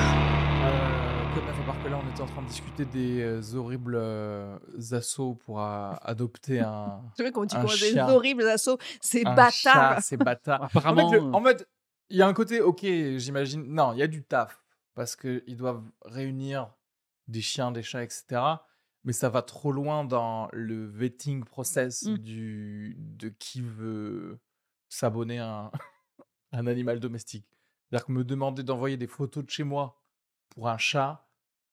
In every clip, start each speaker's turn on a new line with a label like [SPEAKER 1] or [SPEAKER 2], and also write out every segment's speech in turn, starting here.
[SPEAKER 1] Euh, Comme l'a fait Marc, là, on était en train de discuter des euh, horribles euh, assauts pour euh, adopter un,
[SPEAKER 2] Tu vois, quand tu
[SPEAKER 1] Un
[SPEAKER 2] commences des
[SPEAKER 1] chien.
[SPEAKER 2] horribles assauts, c'est
[SPEAKER 1] un
[SPEAKER 2] bâtard.
[SPEAKER 1] chat, C'est bâtard.
[SPEAKER 3] Apparemment,
[SPEAKER 1] En fait, le-
[SPEAKER 3] euh,
[SPEAKER 1] en mode, il y a un côté, ok, j'imagine. Non, il y a du taf parce qu'ils doivent réunir des chiens, des chats, etc. Mais ça va trop loin dans le vetting process
[SPEAKER 2] Mm.
[SPEAKER 1] du, de qui veut s'abonner à un, un animal domestique. C'est-à-dire que me demander d'envoyer des photos de chez moi pour un chat,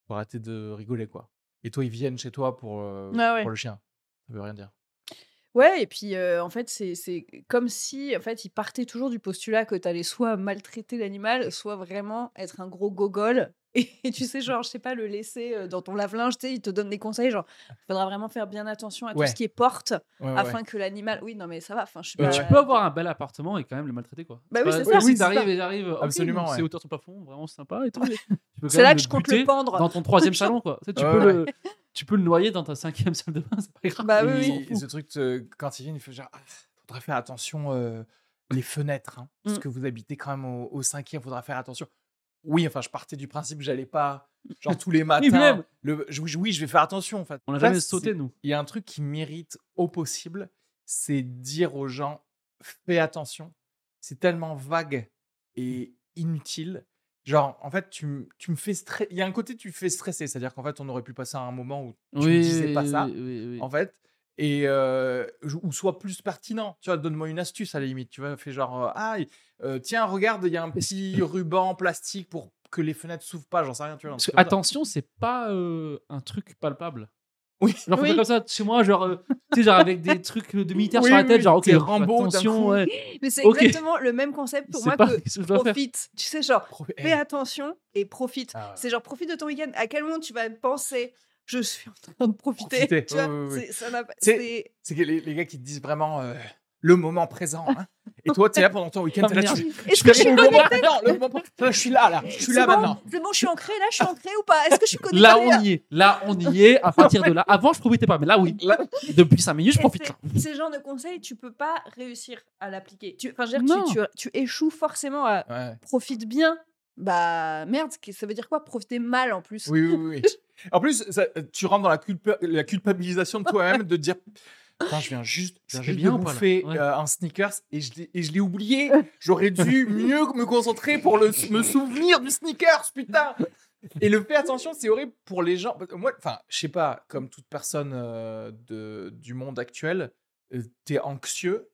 [SPEAKER 1] pour arrêter de rigoler, quoi. Et toi, ils viennent chez toi pour, euh,
[SPEAKER 2] Ah ouais.
[SPEAKER 1] pour le chien. Ça veut rien dire.
[SPEAKER 2] Ouais, et puis euh, en fait, c'est- c'est comme si en fait, il partait toujours du postulat que t'allais soit maltraiter l'animal, soit vraiment être un gros gogol. Et, tu sais, genre, je sais pas, le laisser euh, dans ton lave-linge, tu sais, il te donne des conseils, genre, faudra vraiment faire bien attention à tout
[SPEAKER 1] Ouais.
[SPEAKER 2] ce qui est porte,
[SPEAKER 1] Ouais, ouais,
[SPEAKER 2] afin que l'animal. Oui, non, mais ça va, enfin, je suis
[SPEAKER 1] Euh,
[SPEAKER 2] pas.
[SPEAKER 3] Tu peux avoir un bel appartement et quand même le maltraiter quoi.
[SPEAKER 2] Bah oui,
[SPEAKER 3] pas-
[SPEAKER 2] c'est ça,
[SPEAKER 3] Si
[SPEAKER 1] oui,
[SPEAKER 3] t'arrives
[SPEAKER 1] c'est
[SPEAKER 3] et j'arrive, ok,
[SPEAKER 1] Absolument,
[SPEAKER 3] donc
[SPEAKER 1] ouais.
[SPEAKER 3] C'est hauteur sur le plafond, vraiment sympa et tout. mais tu peux quand
[SPEAKER 2] C'est là
[SPEAKER 3] même
[SPEAKER 2] que je compte
[SPEAKER 3] buter
[SPEAKER 2] le pendre.
[SPEAKER 3] Dans ton troisième salon quoi. Tu, sais, tu
[SPEAKER 1] Ouais,
[SPEAKER 3] peux
[SPEAKER 1] ouais.
[SPEAKER 3] le, tu peux le noyer dans ta cinquième salle de bain, c'est pas grave.
[SPEAKER 2] Bah
[SPEAKER 1] Et
[SPEAKER 2] oui, oui.
[SPEAKER 3] on s'en fout.
[SPEAKER 1] ce truc, euh, quand ils viennent, il faut genre, Ah, faudra faire attention euh, les fenêtres, hein, parce
[SPEAKER 2] Mm.
[SPEAKER 1] que vous habitez quand même au, au cinquième, faudra faire attention. Oui, enfin, je partais du principe, que j'allais pas, genre tous les matins.
[SPEAKER 3] même.
[SPEAKER 1] le, je- oui, je vais faire attention. En fait.
[SPEAKER 3] On
[SPEAKER 1] Là,
[SPEAKER 3] n'a jamais
[SPEAKER 1] c'est-
[SPEAKER 3] sauté nous.
[SPEAKER 1] Il y a un truc qui mérite au possible, c'est dire aux gens, fais attention. C'est tellement vague et inutile. Genre, en fait, tu, m- tu me fais stresser. Il y a un côté, tu fais stresser. C'est-à-dire qu'en fait, on aurait pu passer à un moment où tu ne disais pas ça
[SPEAKER 3] oui, oui, oui.
[SPEAKER 1] en fait. Et euh, je- ou soit plus pertinent, tu vois, donne-moi une astuce à la limite, tu vois, fais genre, euh, ah, euh, tiens, regarde, il y a un petit ruban en plastique pour que les fenêtres s'ouvrent pas, j'en sais rien, tu vois. un
[SPEAKER 3] Parce que,
[SPEAKER 1] truc comme ça.
[SPEAKER 3] attention, c'est pas euh, un truc palpable.
[SPEAKER 1] Oui.
[SPEAKER 3] Genre, faut
[SPEAKER 2] Oui.
[SPEAKER 3] faire comme ça chez moi, genre, euh, tu sais, genre avec des trucs euh, de militaire
[SPEAKER 1] Oui,
[SPEAKER 3] sur la tête,
[SPEAKER 1] oui,
[SPEAKER 3] genre, ok,
[SPEAKER 1] t'es Rambo d'un
[SPEAKER 3] attention,
[SPEAKER 1] coup.
[SPEAKER 3] ouais.
[SPEAKER 2] Mais c'est
[SPEAKER 3] Ok.
[SPEAKER 2] exactement le même concept pour
[SPEAKER 3] C'est
[SPEAKER 2] moi
[SPEAKER 3] pas
[SPEAKER 2] que
[SPEAKER 3] ce que je dois faire.
[SPEAKER 2] profite. Tu sais, genre,
[SPEAKER 1] Pro- eh,
[SPEAKER 2] fais attention et profite.
[SPEAKER 1] Ah ouais.
[SPEAKER 2] C'est genre profite de ton week-end. À quel moment tu vas penser je suis en train de profiter,
[SPEAKER 1] Profiter,
[SPEAKER 2] tu
[SPEAKER 1] ouais,
[SPEAKER 2] vois,
[SPEAKER 1] ouais, ouais.
[SPEAKER 2] c'est- ça n'a pas-
[SPEAKER 1] C'est-
[SPEAKER 2] c'est-
[SPEAKER 1] C'est que les, les gars qui te disent vraiment euh, le moment présent. hein. Et toi, t'es là pendant ton week-end,
[SPEAKER 3] Ah,
[SPEAKER 1] t'es là,
[SPEAKER 3] merde.
[SPEAKER 1] tu-
[SPEAKER 2] Est-ce
[SPEAKER 1] tu
[SPEAKER 2] que je suis
[SPEAKER 1] le moment
[SPEAKER 2] connectée
[SPEAKER 1] présent, le moment présent. Là, je suis là, là, je suis là
[SPEAKER 2] C'est bon
[SPEAKER 1] maintenant.
[SPEAKER 2] C'est bon, je suis ancrée là, je suis ancrée ou pas Est-ce que je suis connectée
[SPEAKER 3] Là, on y est. Là, on y est. À partir de là. Avant, je profitais pas, mais là, oui.
[SPEAKER 1] Là-
[SPEAKER 3] Depuis 5 minutes, je
[SPEAKER 2] Et
[SPEAKER 3] profite. là.
[SPEAKER 2] c'est- Ces genres de conseils, tu peux pas réussir à l'appliquer. Tu- Enfin, je veux dire,
[SPEAKER 3] Non.
[SPEAKER 2] tu, tu- tu échoues forcément à
[SPEAKER 1] Ouais.
[SPEAKER 2] profite bien. Bah merde, qu'est- ça veut dire quoi Profiter mal en plus.
[SPEAKER 1] Oui, oui, oui. oui. En plus, ça- tu rentres dans la, culpa- la culpabilisation de toi-même de te dire Putain, je viens juste, je viens
[SPEAKER 3] C'était
[SPEAKER 1] juste
[SPEAKER 3] bien
[SPEAKER 1] de
[SPEAKER 3] ou pas, là
[SPEAKER 1] bouffer
[SPEAKER 3] Ouais.
[SPEAKER 1] euh, un sneakers et je l'ai- et je l'ai oublié. J'aurais dû mieux me concentrer pour le, me souvenir du sneakers, putain Et le fait attention, c'est horrible pour les gens. Parce que Moi, enfin, je sais pas, comme toute personne euh, de, du monde actuel, euh, t'es anxieux.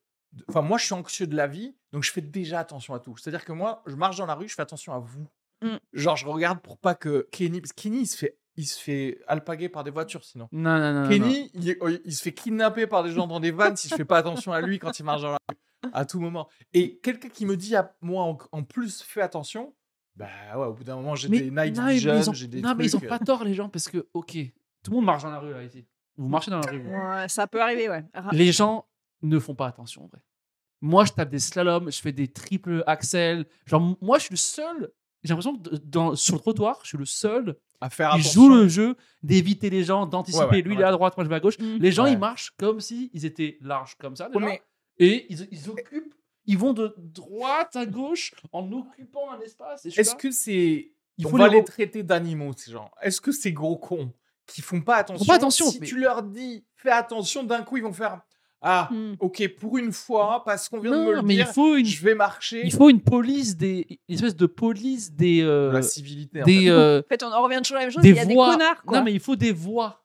[SPEAKER 1] Enfin, moi, je suis anxieux de la vie, donc je fais déjà attention à tout. C'est-à-dire que moi, je marche dans la rue, je fais attention à vous.
[SPEAKER 2] Mm.
[SPEAKER 1] Genre, je regarde pour pas que Kenny. Parce que Kenny, il se fait, il se fait alpaguer par des voitures sinon.
[SPEAKER 3] Non, non, non. non, non.
[SPEAKER 1] Kenny, il, est- oh, il se fait kidnapper par des gens dans des vannes si je fais pas attention à lui quand il marche dans la rue, à tout moment. Et quelqu'un qui me dit à moi en, en plus, fais attention, bah ouais, au bout d'un moment, j'ai
[SPEAKER 3] Mais
[SPEAKER 1] des Night
[SPEAKER 3] non, mais ils
[SPEAKER 1] Vision,
[SPEAKER 3] ont-
[SPEAKER 1] j'ai des
[SPEAKER 3] non, mais ils ont
[SPEAKER 1] trucs,
[SPEAKER 3] pas tort, les gens, parce que, ok, tout le monde marche dans la rue, là, ici. Vous marchez dans la rue. vous.
[SPEAKER 2] Ouais, ça peut arriver, ouais. Ra-
[SPEAKER 3] Les gens ne font pas attention, en vrai. Moi, je tape des slaloms, je fais des triples axels. Genre, moi, je suis le seul. J'ai l'impression que dans, sur le trottoir, je suis le seul
[SPEAKER 1] euh, à faire
[SPEAKER 3] qui
[SPEAKER 1] attention.
[SPEAKER 3] joue le jeu d'éviter les gens, d'anticiper.
[SPEAKER 1] Ouais, ouais,
[SPEAKER 3] lui, il
[SPEAKER 1] ouais.
[SPEAKER 3] est à droite, moi, je vais à gauche.
[SPEAKER 2] Mm.
[SPEAKER 3] Les gens,
[SPEAKER 1] Ouais.
[SPEAKER 3] ils marchent comme s'ils étaient larges, comme ça.
[SPEAKER 1] Ouais,
[SPEAKER 3] déjà.
[SPEAKER 1] mais
[SPEAKER 3] Et ils, ils occupent, ils vont de droite à gauche en occupant un espace. Et je suis
[SPEAKER 1] est-ce
[SPEAKER 3] là,
[SPEAKER 1] que c'est.
[SPEAKER 3] Il
[SPEAKER 1] Il
[SPEAKER 3] faut
[SPEAKER 1] va
[SPEAKER 3] les
[SPEAKER 1] les
[SPEAKER 3] re-
[SPEAKER 1] traiter d'animaux, ces gens. Est-ce que ces gros cons qui font pas attention,
[SPEAKER 3] pas attention,
[SPEAKER 1] si
[SPEAKER 3] mais-
[SPEAKER 1] tu leur dis fais attention, d'un coup, ils vont faire Ah,
[SPEAKER 2] Hmm.
[SPEAKER 1] ok, pour une fois, parce qu'on vient de me
[SPEAKER 3] non,
[SPEAKER 1] le
[SPEAKER 3] mais il
[SPEAKER 1] dire,
[SPEAKER 3] faut une,
[SPEAKER 1] je vais marcher.
[SPEAKER 3] il faut une police des, une espèce de police des, euh,
[SPEAKER 1] La civilité. en
[SPEAKER 3] des, euh,
[SPEAKER 2] En fait, on en revient toujours à la même chose.
[SPEAKER 3] des
[SPEAKER 2] Il y a
[SPEAKER 3] voix.
[SPEAKER 2] des connards, quoi.
[SPEAKER 3] Non, mais il faut des voix.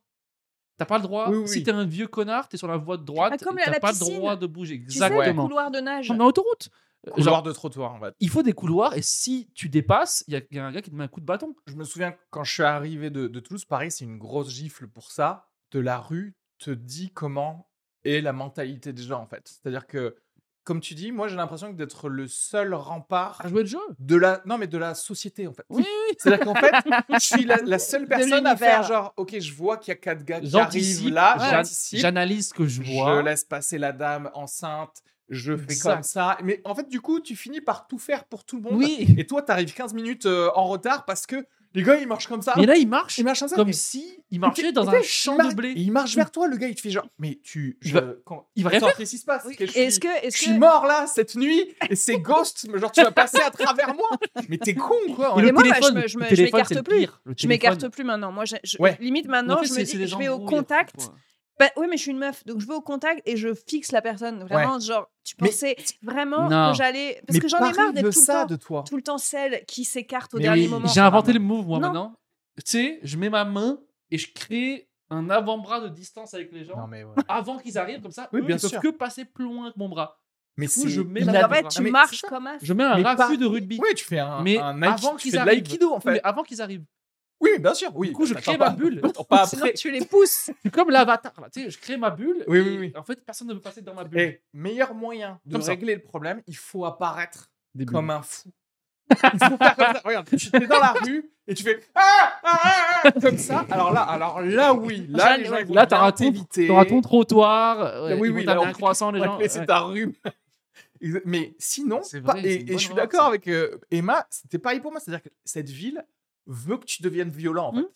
[SPEAKER 3] T'as pas le droit.
[SPEAKER 1] Oui, oui,
[SPEAKER 3] Si
[SPEAKER 1] oui.
[SPEAKER 3] t'es un vieux connard, t'es sur la voie de droite.
[SPEAKER 2] Ah, comme
[SPEAKER 3] et
[SPEAKER 2] à
[SPEAKER 3] t'as
[SPEAKER 2] la
[SPEAKER 3] pas le
[SPEAKER 2] piscine.
[SPEAKER 3] droit de bouger.
[SPEAKER 2] tu sais, le
[SPEAKER 3] Exactement.
[SPEAKER 2] couloir de nage.
[SPEAKER 3] Comme dans l'autoroute. Euh,
[SPEAKER 1] Couloir
[SPEAKER 3] Genre,
[SPEAKER 1] de trottoir, en fait.
[SPEAKER 3] il faut des couloirs et si tu dépasses, il y, a- il y a un gars qui te met un coup de bâton.
[SPEAKER 1] Je me souviens quand je suis arrivé de, de Toulouse, Paris, c'est une grosse gifle pour ça. De la rue te dit comment est la mentalité des gens, en fait. C'est-à-dire que, comme tu dis, moi j'ai l'impression que d'être le seul rempart
[SPEAKER 2] Ah.
[SPEAKER 3] À jouer le jeu.
[SPEAKER 1] de la, non mais de la société, en fait.
[SPEAKER 3] Ah. Oui,
[SPEAKER 1] C'est-à-dire qu'en fait, je suis la, la seule personne à
[SPEAKER 2] l'univers.
[SPEAKER 1] faire genre, ok, je vois qu'il y a quatre gars qui
[SPEAKER 3] J'anticipe.
[SPEAKER 1] arrivent là,
[SPEAKER 3] j'a-
[SPEAKER 1] j'anticipe,
[SPEAKER 3] J'analyse ce que je
[SPEAKER 1] je
[SPEAKER 3] vois.
[SPEAKER 1] laisse passer la dame enceinte, je fais
[SPEAKER 3] Ça.
[SPEAKER 1] comme ça. Mais en fait, du coup, tu finis par tout faire pour tout le monde.
[SPEAKER 3] Oui.
[SPEAKER 1] Et toi, t'arrives 15 minutes euh, en retard parce que les gars, ils marchent comme ça.
[SPEAKER 3] Mais là, il marche
[SPEAKER 1] ils marchent comme ça.
[SPEAKER 3] comme
[SPEAKER 1] et-
[SPEAKER 3] si il marchait dans
[SPEAKER 1] putain,
[SPEAKER 3] un champ
[SPEAKER 1] il marche-
[SPEAKER 3] de
[SPEAKER 1] et
[SPEAKER 3] blé.
[SPEAKER 1] ils marchent vers toi, le gars, il te fait genre. Mais tu.
[SPEAKER 3] Il
[SPEAKER 1] je-
[SPEAKER 3] va-
[SPEAKER 1] quand-
[SPEAKER 3] Il va rien
[SPEAKER 1] Attends,
[SPEAKER 3] faire.
[SPEAKER 1] qu'est-ce qui se passe Qu'est-ce que je
[SPEAKER 2] Est-ce
[SPEAKER 1] suis-
[SPEAKER 2] que, est-ce
[SPEAKER 1] Je
[SPEAKER 2] que,
[SPEAKER 1] suis mort là cette nuit et c'est Ghost. Genre, tu vas passer à travers moi. Mais t'es con quoi.
[SPEAKER 2] Mais
[SPEAKER 3] Et le
[SPEAKER 2] moi, bah,
[SPEAKER 3] téléphone,
[SPEAKER 2] je me- je
[SPEAKER 3] le
[SPEAKER 2] me- je
[SPEAKER 3] téléphone,
[SPEAKER 2] m'écarte
[SPEAKER 3] c'est le
[SPEAKER 2] plus.
[SPEAKER 3] pire. Le
[SPEAKER 2] je
[SPEAKER 3] téléphone.
[SPEAKER 2] m'écarte plus maintenant. Moi, je, je-
[SPEAKER 1] Ouais.
[SPEAKER 2] limite
[SPEAKER 3] En
[SPEAKER 2] maintenant,
[SPEAKER 3] fait,
[SPEAKER 2] je
[SPEAKER 3] c'est-
[SPEAKER 2] me
[SPEAKER 3] c'est
[SPEAKER 2] dis,
[SPEAKER 3] des
[SPEAKER 2] je vais au
[SPEAKER 3] embrouilles,
[SPEAKER 2] contact.
[SPEAKER 3] quoi.
[SPEAKER 2] Bah ouais, mais je suis une meuf, donc je vais au contact et je fixe la personne. Vraiment, genre, tu
[SPEAKER 1] Mais-
[SPEAKER 2] pensais vraiment
[SPEAKER 3] Non.
[SPEAKER 2] que j'allais. Parce
[SPEAKER 1] Mais
[SPEAKER 2] que j'en ai
[SPEAKER 1] parle
[SPEAKER 2] marre
[SPEAKER 1] de
[SPEAKER 2] d'être tout,
[SPEAKER 1] ça
[SPEAKER 2] le temps-
[SPEAKER 1] de toi.
[SPEAKER 2] tout le temps celle qui s'écarte au
[SPEAKER 3] Mais
[SPEAKER 2] dernier
[SPEAKER 3] oui,
[SPEAKER 2] moment.
[SPEAKER 3] J'ai inventé le move, moi,
[SPEAKER 2] Non.
[SPEAKER 3] maintenant. Tu sais, je mets ma main et je crée un avant-bras de distance avec les gens
[SPEAKER 1] Non, mais ouais.
[SPEAKER 3] avant qu'ils arrivent, comme ça.
[SPEAKER 1] Oui,
[SPEAKER 3] eux,
[SPEAKER 1] bien
[SPEAKER 3] ils peuvent
[SPEAKER 1] sûr.
[SPEAKER 3] que passer plus loin que mon bras.
[SPEAKER 1] Mais
[SPEAKER 3] coup,
[SPEAKER 1] c'est-
[SPEAKER 3] je mets
[SPEAKER 1] il
[SPEAKER 3] la
[SPEAKER 1] a-
[SPEAKER 2] En
[SPEAKER 3] barre.
[SPEAKER 2] fait,
[SPEAKER 3] Ah,
[SPEAKER 2] tu
[SPEAKER 1] mais
[SPEAKER 2] marches
[SPEAKER 1] c'est ça.
[SPEAKER 2] comme un.
[SPEAKER 3] Je mets un
[SPEAKER 1] Mais
[SPEAKER 3] raffut
[SPEAKER 1] pas-
[SPEAKER 3] de rugby.
[SPEAKER 1] Oui, tu fais un.
[SPEAKER 3] Mais
[SPEAKER 1] un Nike
[SPEAKER 3] avant
[SPEAKER 1] qui
[SPEAKER 3] qu'ils
[SPEAKER 1] fait de
[SPEAKER 3] arrivent.
[SPEAKER 1] l'aïkido en
[SPEAKER 3] Oui,
[SPEAKER 1] fait.
[SPEAKER 3] mais avant qu'ils arrivent.
[SPEAKER 1] Oui, bien sûr. Oui.
[SPEAKER 3] Du coup, je
[SPEAKER 1] T'attends
[SPEAKER 3] crée
[SPEAKER 1] pas-
[SPEAKER 3] ma bulle.
[SPEAKER 1] t'attends pas
[SPEAKER 2] Sinon,
[SPEAKER 1] après.
[SPEAKER 2] tu les pousses.
[SPEAKER 3] Je suis comme l'avatar, là. Tu sais, je crée ma bulle.
[SPEAKER 1] Oui,
[SPEAKER 3] et
[SPEAKER 1] oui, Eh, oui.
[SPEAKER 3] En fait, personne ne veut passer dans ma bulle.
[SPEAKER 1] Et meilleur moyen de
[SPEAKER 3] Comme ça.
[SPEAKER 1] régler le problème, il faut apparaître
[SPEAKER 3] Des bulles.
[SPEAKER 1] comme un fou. Il faut faire comme ça. Regarde, tu es dans la rue et tu fais ah, ah, ah, ah comme ça. Alors là, alors là oui, là
[SPEAKER 2] Jeanne,
[SPEAKER 1] les gens
[SPEAKER 2] ouais.
[SPEAKER 1] ils vont
[SPEAKER 3] Là, t'as
[SPEAKER 1] bien
[SPEAKER 3] raté-
[SPEAKER 1] t'éviter.
[SPEAKER 3] T'auras ton trottoir. euh,
[SPEAKER 1] Oui,
[SPEAKER 3] ils vont
[SPEAKER 1] oui,
[SPEAKER 3] t'amener
[SPEAKER 1] là,
[SPEAKER 3] un
[SPEAKER 1] on-
[SPEAKER 3] croissant, les
[SPEAKER 1] Ouais,
[SPEAKER 3] gens.
[SPEAKER 1] mais c'est
[SPEAKER 3] ouais.
[SPEAKER 1] ta rhume. Exa- Mais sinon,
[SPEAKER 3] C'est
[SPEAKER 1] pas-
[SPEAKER 3] vrai, c'est
[SPEAKER 1] et,
[SPEAKER 3] une
[SPEAKER 1] et
[SPEAKER 3] bonne hein.
[SPEAKER 1] je suis
[SPEAKER 3] remarque,
[SPEAKER 1] d'accord
[SPEAKER 3] ça.
[SPEAKER 1] avec euh, Emma, c'était pareil pour moi. C'est-à-dire que cette ville veut que tu deviennes violent, en
[SPEAKER 3] Mmh.
[SPEAKER 2] Mhm.
[SPEAKER 1] fait.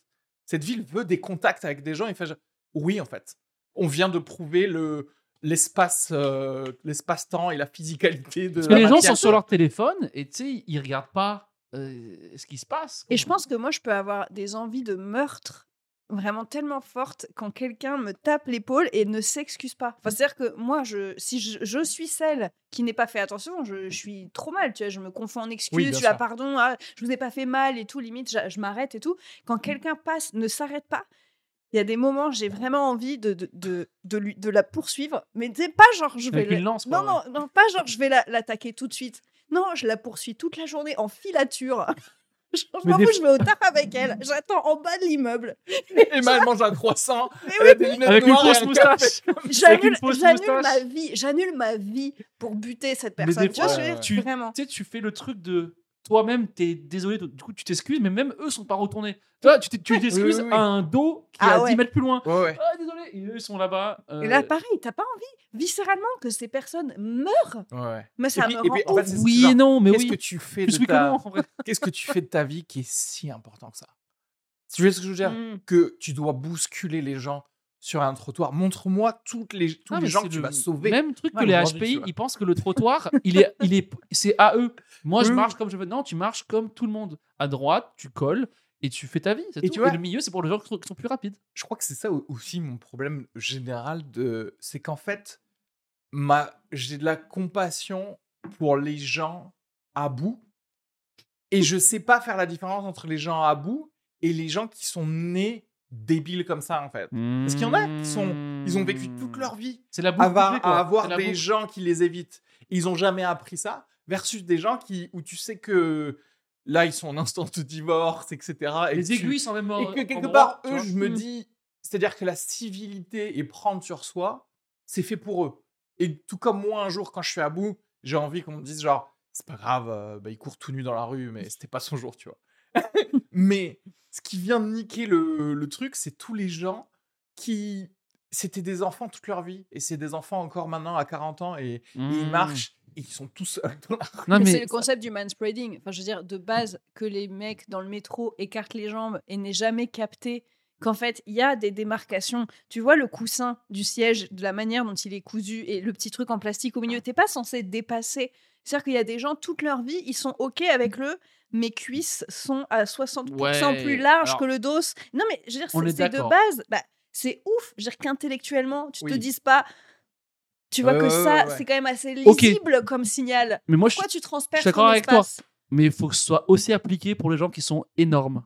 [SPEAKER 1] Cette ville veut des contacts avec des gens et fait genre, oui, en fait. On vient de prouver le l'espace euh, l'espace-temps et la physicalité de
[SPEAKER 3] Parce que
[SPEAKER 1] la
[SPEAKER 3] les gens
[SPEAKER 1] matière.
[SPEAKER 3] sont sur leur téléphone et tu sais, ils regardent pas euh, ce qui se passe.
[SPEAKER 2] Et je pense que moi, je peux avoir des envies de meurtre vraiment tellement fortes quand quelqu'un me tape l'épaule et ne s'excuse pas. Enfin, c'est-à-dire que moi, je, si je, je suis celle qui n'ai pas fait attention, je, je suis trop mal, tu vois, je me confonds en excuses,
[SPEAKER 1] Oui, bien
[SPEAKER 2] tu vois,
[SPEAKER 1] sûr.
[SPEAKER 2] pardon, ah, je vous ai pas fait mal et tout, limite, j'a- je, m'arrête et tout. Quand
[SPEAKER 1] Mmh.
[SPEAKER 2] quelqu'un passe, ne s'arrête pas, il y a des moments, j'ai vraiment envie de, de, de, de lui, de la poursuivre, mais c'est pas genre, je vais...
[SPEAKER 3] Avec
[SPEAKER 2] le-
[SPEAKER 3] une lance,
[SPEAKER 2] Non,
[SPEAKER 3] quoi,
[SPEAKER 2] non, non, pas genre, je vais la- l'attaquer tout de suite. Non, je la poursuis toute la journée en filature. Je je
[SPEAKER 3] Mais
[SPEAKER 2] m'en
[SPEAKER 3] des-
[SPEAKER 2] fous, je vais au taf avec elle. J'attends en bas de l'immeuble.
[SPEAKER 1] Emma, elle mange un croissant,
[SPEAKER 2] Mais
[SPEAKER 1] elle a des lunettes
[SPEAKER 3] Avec une
[SPEAKER 1] noires et
[SPEAKER 3] grosse
[SPEAKER 1] un
[SPEAKER 3] moustache.
[SPEAKER 2] oui, j'annule
[SPEAKER 3] une fausse
[SPEAKER 2] j'annule ma
[SPEAKER 3] moustache.
[SPEAKER 2] vie. J'annule ma vie pour buter cette
[SPEAKER 3] Mais
[SPEAKER 2] personne.
[SPEAKER 3] des
[SPEAKER 2] Tu vois,
[SPEAKER 1] fois, euh,
[SPEAKER 2] je veux dire,
[SPEAKER 1] ouais,
[SPEAKER 3] tu-
[SPEAKER 2] vraiment.
[SPEAKER 3] Tu sais, tu fais le truc de toi-même, t'es désolé, du coup, tu t'excuses, mais même eux sont pas retournés. Tu vois, tu t'es- tu t'excuses
[SPEAKER 1] oui, oui.
[SPEAKER 3] à un dos qui est
[SPEAKER 2] Ah
[SPEAKER 3] à
[SPEAKER 2] ouais.
[SPEAKER 3] 10 mètres plus loin.
[SPEAKER 1] café. Ouais, ouais.
[SPEAKER 3] Ah, désolé, et eux ils sont là-bas. euh,
[SPEAKER 2] Et là, pareil, t'as pas envie viscéralement que ces personnes meurent.
[SPEAKER 1] ouais.
[SPEAKER 2] Mais ça
[SPEAKER 1] puis-
[SPEAKER 2] me
[SPEAKER 1] et
[SPEAKER 2] rend
[SPEAKER 1] puis, en
[SPEAKER 2] ouf.
[SPEAKER 1] fait, c'est-
[SPEAKER 3] oui
[SPEAKER 1] genre,
[SPEAKER 3] et non, mais
[SPEAKER 1] Qu'est-ce
[SPEAKER 3] oui.
[SPEAKER 1] que tu fais
[SPEAKER 3] Plus
[SPEAKER 1] de
[SPEAKER 3] oui que non,
[SPEAKER 1] ta
[SPEAKER 3] en vrai.
[SPEAKER 1] Qu'est-ce que tu fais de ta vie qui est si important que ça Tu vois ce que je veux dire
[SPEAKER 2] Mm.
[SPEAKER 1] que tu dois bousculer les gens sur un trottoir. Montre-moi toutes les, tous
[SPEAKER 3] Ah,
[SPEAKER 1] les
[SPEAKER 3] mais
[SPEAKER 1] gens
[SPEAKER 3] c'est
[SPEAKER 1] que tu
[SPEAKER 3] le
[SPEAKER 1] vas sauver.
[SPEAKER 3] Même truc que
[SPEAKER 1] Ouais,
[SPEAKER 3] les
[SPEAKER 1] aujourd'hui, tu
[SPEAKER 3] HPI,
[SPEAKER 1] vois.
[SPEAKER 3] ils pensent que le trottoir, il est, il est, c'est à eux. Moi, je
[SPEAKER 1] Oui,
[SPEAKER 3] marche comme je veux. Non, tu marches comme tout le monde. À droite, tu colles et tu fais ta vie. c'est
[SPEAKER 1] Et
[SPEAKER 3] tout.
[SPEAKER 1] tu vois-
[SPEAKER 3] et le milieu, c'est pour les gens qui sont, qui sont plus rapides.
[SPEAKER 1] Je crois que c'est ça au- aussi mon problème général, de... c'est qu'en fait, ma... j'ai de la compassion pour les gens à bout et je sais pas faire la différence entre les gens à bout et les gens qui sont nés débiles comme ça, en fait.
[SPEAKER 3] Parce
[SPEAKER 1] qu'il y en a qui sont- Ils ont vécu toute leur vie
[SPEAKER 3] C'est la
[SPEAKER 1] à,
[SPEAKER 3] boucle
[SPEAKER 1] avoir-
[SPEAKER 3] bouclée, quoi.
[SPEAKER 1] à
[SPEAKER 3] C'est
[SPEAKER 1] avoir
[SPEAKER 3] la
[SPEAKER 1] des
[SPEAKER 3] boucle.
[SPEAKER 1] gens qui les évitent. Ils ont jamais appris ça, versus des gens qui, où tu sais que là, ils sont en instant de divorce, etc. Et que
[SPEAKER 3] Les
[SPEAKER 1] tu-
[SPEAKER 3] aiguilles sont même.
[SPEAKER 1] Et
[SPEAKER 3] en-
[SPEAKER 1] que quelque
[SPEAKER 3] en
[SPEAKER 1] part,
[SPEAKER 3] droit, tu
[SPEAKER 1] eux,
[SPEAKER 3] vois. Mmh.
[SPEAKER 1] je me
[SPEAKER 2] Mm.
[SPEAKER 1] dis, c'est-à-dire que la civilité et prendre sur soi, c'est fait pour eux. Et tout comme moi, un jour, quand je suis à bout, j'ai envie qu'on me dise, genre, c'est pas grave, euh, bah, il court tout nu dans la rue, mais c'était pas son jour, tu vois. mais ce qui vient de niquer le, le truc, c'est tous les gens qui. C'était des enfants toute leur vie. Et c'est des enfants encore maintenant à 40 ans. Et, et ils
[SPEAKER 3] Mm.
[SPEAKER 1] marchent. Et ils sont tous seuls dans la rue.
[SPEAKER 3] Non,
[SPEAKER 2] Mais
[SPEAKER 3] mais
[SPEAKER 2] C'est le concept du manspreading. Enfin, je veux dire, de base, que les mecs dans le métro écartent les jambes et n'aient jamais capté qu'en fait, il y a des démarcations. Tu vois le coussin du siège, de la manière dont il est cousu et le petit truc en plastique au milieu, t'es pas censé dépasser. C'est-à-dire qu'il y a des gens, toute leur vie, ils sont OK avec le mes cuisses sont à 60%
[SPEAKER 3] Ouais,
[SPEAKER 2] plus larges
[SPEAKER 3] alors-
[SPEAKER 2] que le dos. Non, mais je veux dire,
[SPEAKER 3] On
[SPEAKER 2] c'est-
[SPEAKER 3] est
[SPEAKER 2] c'est de
[SPEAKER 3] d'accord.
[SPEAKER 2] base. Bah, c'est ouf, je veux dire qu'intellectuellement, tu te
[SPEAKER 1] Oui.
[SPEAKER 2] dises pas. Tu vois
[SPEAKER 1] Ouais,
[SPEAKER 2] que
[SPEAKER 1] ouais,
[SPEAKER 2] ça,
[SPEAKER 1] ouais, ouais.
[SPEAKER 2] c'est quand même assez lisible
[SPEAKER 3] Ok.
[SPEAKER 2] comme signal.
[SPEAKER 3] mais moi, je suis
[SPEAKER 2] Pourquoi tu transperces
[SPEAKER 3] je suis d'accord
[SPEAKER 2] ton
[SPEAKER 3] avec toi.
[SPEAKER 2] espace
[SPEAKER 3] mais il faut que ce soit aussi appliqué pour les gens qui sont énormes.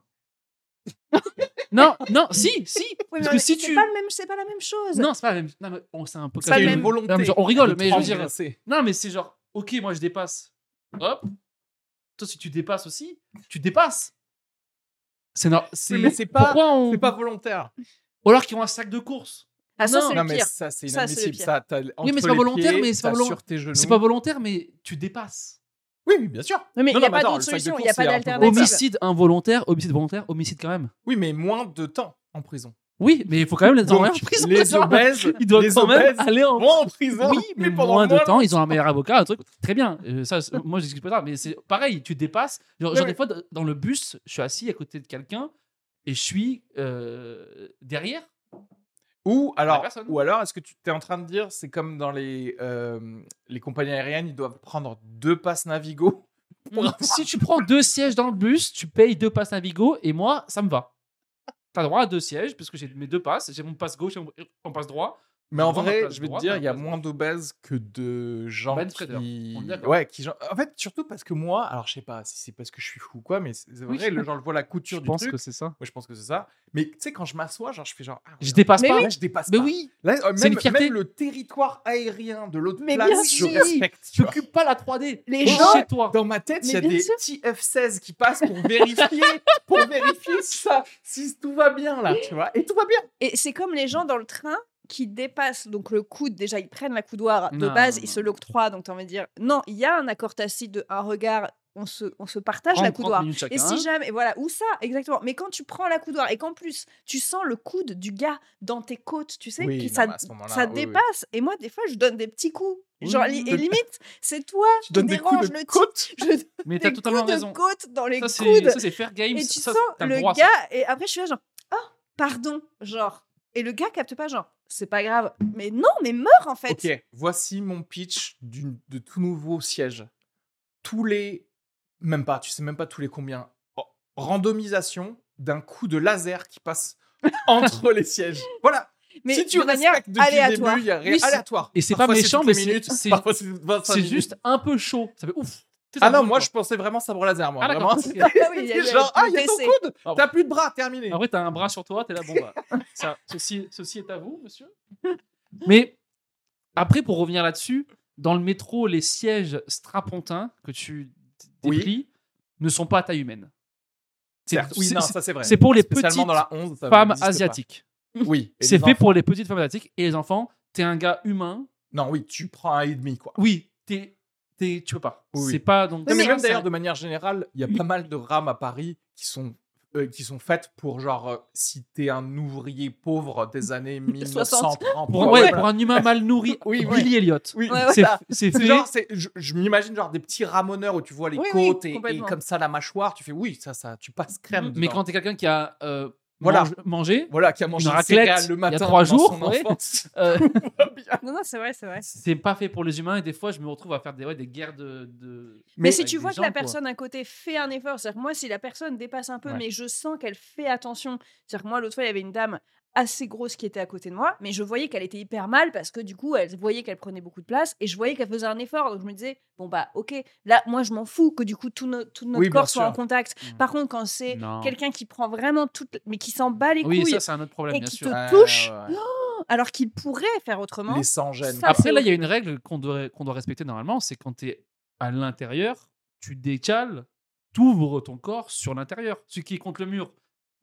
[SPEAKER 3] non, non, si, si.
[SPEAKER 2] Ouais,
[SPEAKER 3] parce
[SPEAKER 2] mais
[SPEAKER 3] que si
[SPEAKER 2] c'est
[SPEAKER 3] tu.
[SPEAKER 2] pas le même, c'est pas la même chose.
[SPEAKER 3] Non, c'est pas la même. Non, mais bon, c'est un peu
[SPEAKER 1] C'est
[SPEAKER 2] pas
[SPEAKER 3] comme-
[SPEAKER 2] le
[SPEAKER 1] une
[SPEAKER 2] même.
[SPEAKER 1] volonté
[SPEAKER 3] Non, mais genre, on rigole,
[SPEAKER 1] de
[SPEAKER 3] mais je veux dire-
[SPEAKER 1] transgresser.
[SPEAKER 3] Non, mais c'est genre, ok, moi je dépasse. Hop. Toi, si tu dépasses aussi, tu dépasses. C'est no-
[SPEAKER 1] Oui, mais c'est pas-
[SPEAKER 3] Pourquoi on.
[SPEAKER 1] C'est pas volontaire.
[SPEAKER 3] Ou alors qu'ils ont un sac de course.
[SPEAKER 2] Ah ça
[SPEAKER 3] Non.
[SPEAKER 2] c'est
[SPEAKER 1] Non,
[SPEAKER 2] le
[SPEAKER 1] mais
[SPEAKER 2] pire.
[SPEAKER 1] ça, c'est
[SPEAKER 2] Ça, c'est le
[SPEAKER 1] inadmissible.
[SPEAKER 2] pire.
[SPEAKER 1] Ça, t'as entre
[SPEAKER 3] mais c'est pas
[SPEAKER 1] les
[SPEAKER 3] volontaire,
[SPEAKER 1] pieds,
[SPEAKER 3] mais c'est
[SPEAKER 1] t'as
[SPEAKER 3] pas volon-
[SPEAKER 1] sur tes genoux.
[SPEAKER 3] C'est pas volontaire, mais tu dépasses.
[SPEAKER 1] Oui, oui, bien sûr.
[SPEAKER 2] Non, mais il
[SPEAKER 1] Non,
[SPEAKER 2] n'y
[SPEAKER 1] non, mais
[SPEAKER 2] a pas
[SPEAKER 1] attends,
[SPEAKER 2] d'autre
[SPEAKER 1] le sac de
[SPEAKER 2] solution, il
[SPEAKER 1] course,
[SPEAKER 2] n'y a pas
[SPEAKER 1] c'est un peu
[SPEAKER 2] d'alternative.
[SPEAKER 1] Homicide.
[SPEAKER 3] Homicide involontaire, homicide volontaire, homicide quand même.
[SPEAKER 1] Oui, mais moins de temps en prison.
[SPEAKER 3] Oui, mais il faut quand même les envoyer en
[SPEAKER 1] Donc,
[SPEAKER 3] prison.
[SPEAKER 1] les
[SPEAKER 3] genre.
[SPEAKER 1] obèses,
[SPEAKER 3] Ils doivent
[SPEAKER 1] les
[SPEAKER 3] quand même
[SPEAKER 1] obèses
[SPEAKER 3] aller en
[SPEAKER 1] vont en prison,
[SPEAKER 3] Oui, mais
[SPEAKER 1] mais pendant
[SPEAKER 3] moins
[SPEAKER 1] le
[SPEAKER 3] de temps, ils ont un meilleur avocat, un truc. Très bien. Euh, ça, c'est- moi, je discute pas tard, mais c'est pareil, tu dépasses. Genre,
[SPEAKER 1] Ouais,
[SPEAKER 3] genre,
[SPEAKER 1] ouais.
[SPEAKER 3] des fois, d- dans le bus, je suis assis à côté de quelqu'un et je suis euh, derrière.
[SPEAKER 1] Ou alors,
[SPEAKER 3] personne.
[SPEAKER 1] ou alors est-ce que tu es en train de dire, c'est comme dans les, euh, les compagnies aériennes, ils doivent prendre deux passes Navigo
[SPEAKER 3] si tu prends deux sièges dans le bus, tu payes deux passes Navigo et moi, ça me va. T'as droit à deux sièges parce que j'ai mes deux passes. J'ai mon passe gauche et mon- mon passe droit.
[SPEAKER 1] Mais en
[SPEAKER 3] Dans la
[SPEAKER 1] vrai,
[SPEAKER 3] place
[SPEAKER 1] je vais te
[SPEAKER 3] droite,
[SPEAKER 1] dire,
[SPEAKER 3] dans
[SPEAKER 1] il y a
[SPEAKER 3] la place
[SPEAKER 1] moins d'obèses que de gens
[SPEAKER 3] hein, Ben Stiller,
[SPEAKER 1] qui...
[SPEAKER 3] on est d'accord.
[SPEAKER 1] Ouais, qui... gens- En fait, surtout parce que moi, alors je sais pas si c'est parce que je suis fou ou quoi, mais c'est c'est
[SPEAKER 3] Oui.
[SPEAKER 1] vrai, le, genre, je vois la couture du truc.
[SPEAKER 3] c'est ça.
[SPEAKER 1] Moi, je pense que c'est ça. Mais tu sais, quand je m'assois, genre, je fais genre... ah,
[SPEAKER 3] Je
[SPEAKER 1] regarde,
[SPEAKER 3] dépasse
[SPEAKER 2] Mais
[SPEAKER 3] pas.
[SPEAKER 1] Là, je dépasse
[SPEAKER 3] Mais
[SPEAKER 1] pas.
[SPEAKER 3] oui,
[SPEAKER 1] Là, euh,
[SPEAKER 3] C'est
[SPEAKER 1] même,
[SPEAKER 3] une fierté.
[SPEAKER 1] même le territoire aérien de l'autre
[SPEAKER 2] Mais
[SPEAKER 1] place,
[SPEAKER 2] bien
[SPEAKER 1] je
[SPEAKER 2] sûr.
[SPEAKER 1] respecte. tu
[SPEAKER 3] tu
[SPEAKER 1] vois.
[SPEAKER 3] occupes pas la 3D.
[SPEAKER 2] Les
[SPEAKER 3] Oh,
[SPEAKER 2] gens-
[SPEAKER 3] chez toi.
[SPEAKER 1] Dans ma tête, il y a
[SPEAKER 2] Mais bien
[SPEAKER 1] des
[SPEAKER 2] sûr.
[SPEAKER 1] petits F-16 qui passent pour vérifier, pour vérifier si, ça, si tout va bien, là, tu vois. Et tout va bien.
[SPEAKER 2] Et c'est comme les gens dans le train qui dépassent donc le coude. Déjà, ils prennent la coudoir de
[SPEAKER 3] Non,
[SPEAKER 2] base,
[SPEAKER 3] non,
[SPEAKER 2] ils
[SPEAKER 3] non.
[SPEAKER 2] se l'octroient. Donc, t'as envie de dire non, il y a un accord tacite de un regard, on se, on se partage la
[SPEAKER 3] 30
[SPEAKER 2] coudoir.
[SPEAKER 3] minutes
[SPEAKER 2] Et
[SPEAKER 3] chacun. hein.
[SPEAKER 2] si jamais, et voilà, ou ça, exactement. Mais quand tu prends la coudoir et qu'en plus tu sens le coude du gars dans tes côtes, tu sais,
[SPEAKER 1] Oui,
[SPEAKER 2] qui-
[SPEAKER 1] non,
[SPEAKER 2] ça,
[SPEAKER 3] bah,
[SPEAKER 1] mais à ce moment-là,
[SPEAKER 2] ça
[SPEAKER 1] oui, oui.
[SPEAKER 2] dépasse. Et moi, des fois, je donne des petits coups.
[SPEAKER 3] Oui,
[SPEAKER 2] Genre,
[SPEAKER 3] oui,
[SPEAKER 2] li-
[SPEAKER 3] oui.
[SPEAKER 2] et limite, c'est toi
[SPEAKER 1] Tu
[SPEAKER 2] qui
[SPEAKER 1] donnes des coups
[SPEAKER 2] déranges
[SPEAKER 1] de
[SPEAKER 2] le type.
[SPEAKER 1] côte.
[SPEAKER 2] Je donne
[SPEAKER 3] Mais
[SPEAKER 2] des
[SPEAKER 3] t'as
[SPEAKER 2] coups
[SPEAKER 3] totalement raison.
[SPEAKER 2] de côte dans les
[SPEAKER 3] Ça,
[SPEAKER 2] coudes.
[SPEAKER 3] c'est ça, c'est fair game.
[SPEAKER 2] Et
[SPEAKER 3] ça,
[SPEAKER 2] tu
[SPEAKER 3] ça,
[SPEAKER 2] sens
[SPEAKER 3] t'as
[SPEAKER 2] le
[SPEAKER 3] droit, ça.
[SPEAKER 2] gars, et après je suis là genre, oh, pardon, genre. Et le gars capte pas, genre, c'est pas grave. Mais non, mais meurs en fait.
[SPEAKER 1] Ok, voici mon pitch d'une- de tout nouveau siège. Tous les. Même pas, tu sais même pas tous les combien. oh, randomisation d'un coup de laser qui passe entre les sièges. Voilà.
[SPEAKER 2] Mais
[SPEAKER 1] si tu
[SPEAKER 2] de manière
[SPEAKER 1] respectes depuis le
[SPEAKER 2] aléatoire.
[SPEAKER 1] début, il y a rien
[SPEAKER 3] Oui, c'est-
[SPEAKER 1] aléatoire.
[SPEAKER 3] et c'est pas
[SPEAKER 1] Parfois,
[SPEAKER 3] méchant,
[SPEAKER 1] toutes les
[SPEAKER 3] mais c'est-
[SPEAKER 1] minutes,
[SPEAKER 3] c'est-
[SPEAKER 1] parfois, c'est 25
[SPEAKER 3] C'est
[SPEAKER 1] minutes.
[SPEAKER 3] juste un peu chaud. Ça fait ouf. Tu sais, ça
[SPEAKER 1] Ah non,
[SPEAKER 3] brûle,
[SPEAKER 1] moi
[SPEAKER 3] quoi.
[SPEAKER 1] je pensais vraiment sabre laser, moi.
[SPEAKER 3] Ah, d'accord.
[SPEAKER 1] vraiment.
[SPEAKER 3] Ok.
[SPEAKER 2] Ah oui, il y a- il y a
[SPEAKER 1] genre, ah, il y a
[SPEAKER 2] le
[SPEAKER 1] ton
[SPEAKER 2] PC.
[SPEAKER 1] coude
[SPEAKER 3] Ah bon.
[SPEAKER 1] T'as plus de bras, terminé.
[SPEAKER 3] En vrai, t'as un bras sur toi, t'es là, bon bah. ça, ceci, ceci est à vous, monsieur. Mais après, pour revenir là-dessus, dans le métro, les sièges strapontins que tu d-
[SPEAKER 1] Oui.
[SPEAKER 3] déplies ne sont pas à taille humaine. C'est
[SPEAKER 1] Certes, oui,
[SPEAKER 3] c'est-
[SPEAKER 1] non,
[SPEAKER 3] c'est-
[SPEAKER 1] ça c'est vrai.
[SPEAKER 3] c'est pour les petites
[SPEAKER 1] Spécialement dans la 11, ça
[SPEAKER 3] femmes
[SPEAKER 1] n'existe pas.
[SPEAKER 3] asiatiques.
[SPEAKER 1] Oui. et
[SPEAKER 3] C'est
[SPEAKER 1] les
[SPEAKER 3] fait
[SPEAKER 1] enfants.
[SPEAKER 3] pour les petites femmes asiatiques et les enfants. T'es un gars humain.
[SPEAKER 1] Non, oui, tu prends un et demi, quoi.
[SPEAKER 3] Oui, t'es, t'es- tu peux pas.
[SPEAKER 1] Oui, oui.
[SPEAKER 3] C'est pas donc.
[SPEAKER 1] Non, mais
[SPEAKER 3] ça,
[SPEAKER 1] même
[SPEAKER 3] ça-
[SPEAKER 1] d'ailleurs, de manière générale, il y a pas mal de rames à Paris qui sont, euh, qui sont faites pour genre, euh, si t'es un ouvrier pauvre des années 1930. ouais,
[SPEAKER 3] Pour, ouais,
[SPEAKER 1] voilà.
[SPEAKER 3] pour un humain mal nourri,
[SPEAKER 1] Oui, oui.
[SPEAKER 3] Billy Elliott.
[SPEAKER 1] Oui,
[SPEAKER 2] Ouais,
[SPEAKER 3] C'est,
[SPEAKER 1] ça.
[SPEAKER 3] c'est
[SPEAKER 1] C'est
[SPEAKER 3] fait.
[SPEAKER 1] genre, c'est- je, je m'imagine genre des petits ramoneurs où tu vois les
[SPEAKER 2] Oui, oui,
[SPEAKER 1] côtes et- et,
[SPEAKER 2] complètement.
[SPEAKER 1] comme ça la mâchoire, tu fais oui, ça, ça, tu passes crème.
[SPEAKER 3] Mm-hmm. mais
[SPEAKER 1] dedans.
[SPEAKER 3] quand t'es quelqu'un qui a euh,
[SPEAKER 1] Voilà.
[SPEAKER 3] mange- mangé,
[SPEAKER 1] voilà, qui a mangé
[SPEAKER 3] Une
[SPEAKER 1] des
[SPEAKER 3] raclette,
[SPEAKER 1] céréales le
[SPEAKER 3] il y a
[SPEAKER 1] matin,
[SPEAKER 3] trois
[SPEAKER 1] dans
[SPEAKER 3] jours,
[SPEAKER 1] son
[SPEAKER 3] ouais.
[SPEAKER 1] enfance.
[SPEAKER 3] euh,
[SPEAKER 2] Non, non, c'est vrai, c'est vrai.
[SPEAKER 3] c'est pas fait pour les humains et des fois je me retrouve à faire des, ouais, des guerres de. de-
[SPEAKER 2] Mais,
[SPEAKER 1] Mais
[SPEAKER 2] si
[SPEAKER 3] avec
[SPEAKER 2] tu
[SPEAKER 3] des
[SPEAKER 2] vois que
[SPEAKER 3] gens,
[SPEAKER 2] la
[SPEAKER 3] quoi.
[SPEAKER 2] personne à côté fait un effort, c'est-à-dire que moi, si la personne dépasse un peu,
[SPEAKER 3] Ouais.
[SPEAKER 2] mais je sens qu'elle fait attention, c'est-à-dire que moi, l'autre fois, il y avait une dame assez grosse qui était à côté de moi, mais je voyais qu'elle était hyper mal parce que du coup, elle voyait qu'elle prenait beaucoup de place et je voyais qu'elle faisait un effort. Donc je me disais, bon bah ok, là, moi, je m'en fous que du coup, tout, no- tout notre
[SPEAKER 1] Oui, bien
[SPEAKER 2] corps soit
[SPEAKER 1] sûr. Mmh.
[SPEAKER 2] en contact.
[SPEAKER 3] Mm.
[SPEAKER 2] Par contre, quand c'est
[SPEAKER 3] Non.
[SPEAKER 2] quelqu'un qui prend vraiment toute, mais qui s'en bat les
[SPEAKER 3] Oui,
[SPEAKER 2] couilles,
[SPEAKER 3] ça c'est un autre problème,
[SPEAKER 2] et
[SPEAKER 3] bien
[SPEAKER 2] qui
[SPEAKER 3] sûr.
[SPEAKER 2] te-
[SPEAKER 1] Ouais,
[SPEAKER 2] touche.
[SPEAKER 1] ouais, ouais.
[SPEAKER 2] alors qu'il pourrait faire autrement,
[SPEAKER 1] Les sans-gênes.
[SPEAKER 2] Ça,
[SPEAKER 3] Après,
[SPEAKER 2] c'est
[SPEAKER 3] là, il y a une règle qu'on doit, qu'on doit respecter normalement c'est quand t'es à l'intérieur, tu décales, t'ouvres ton corps sur l'intérieur. Celui qui est contre le mur,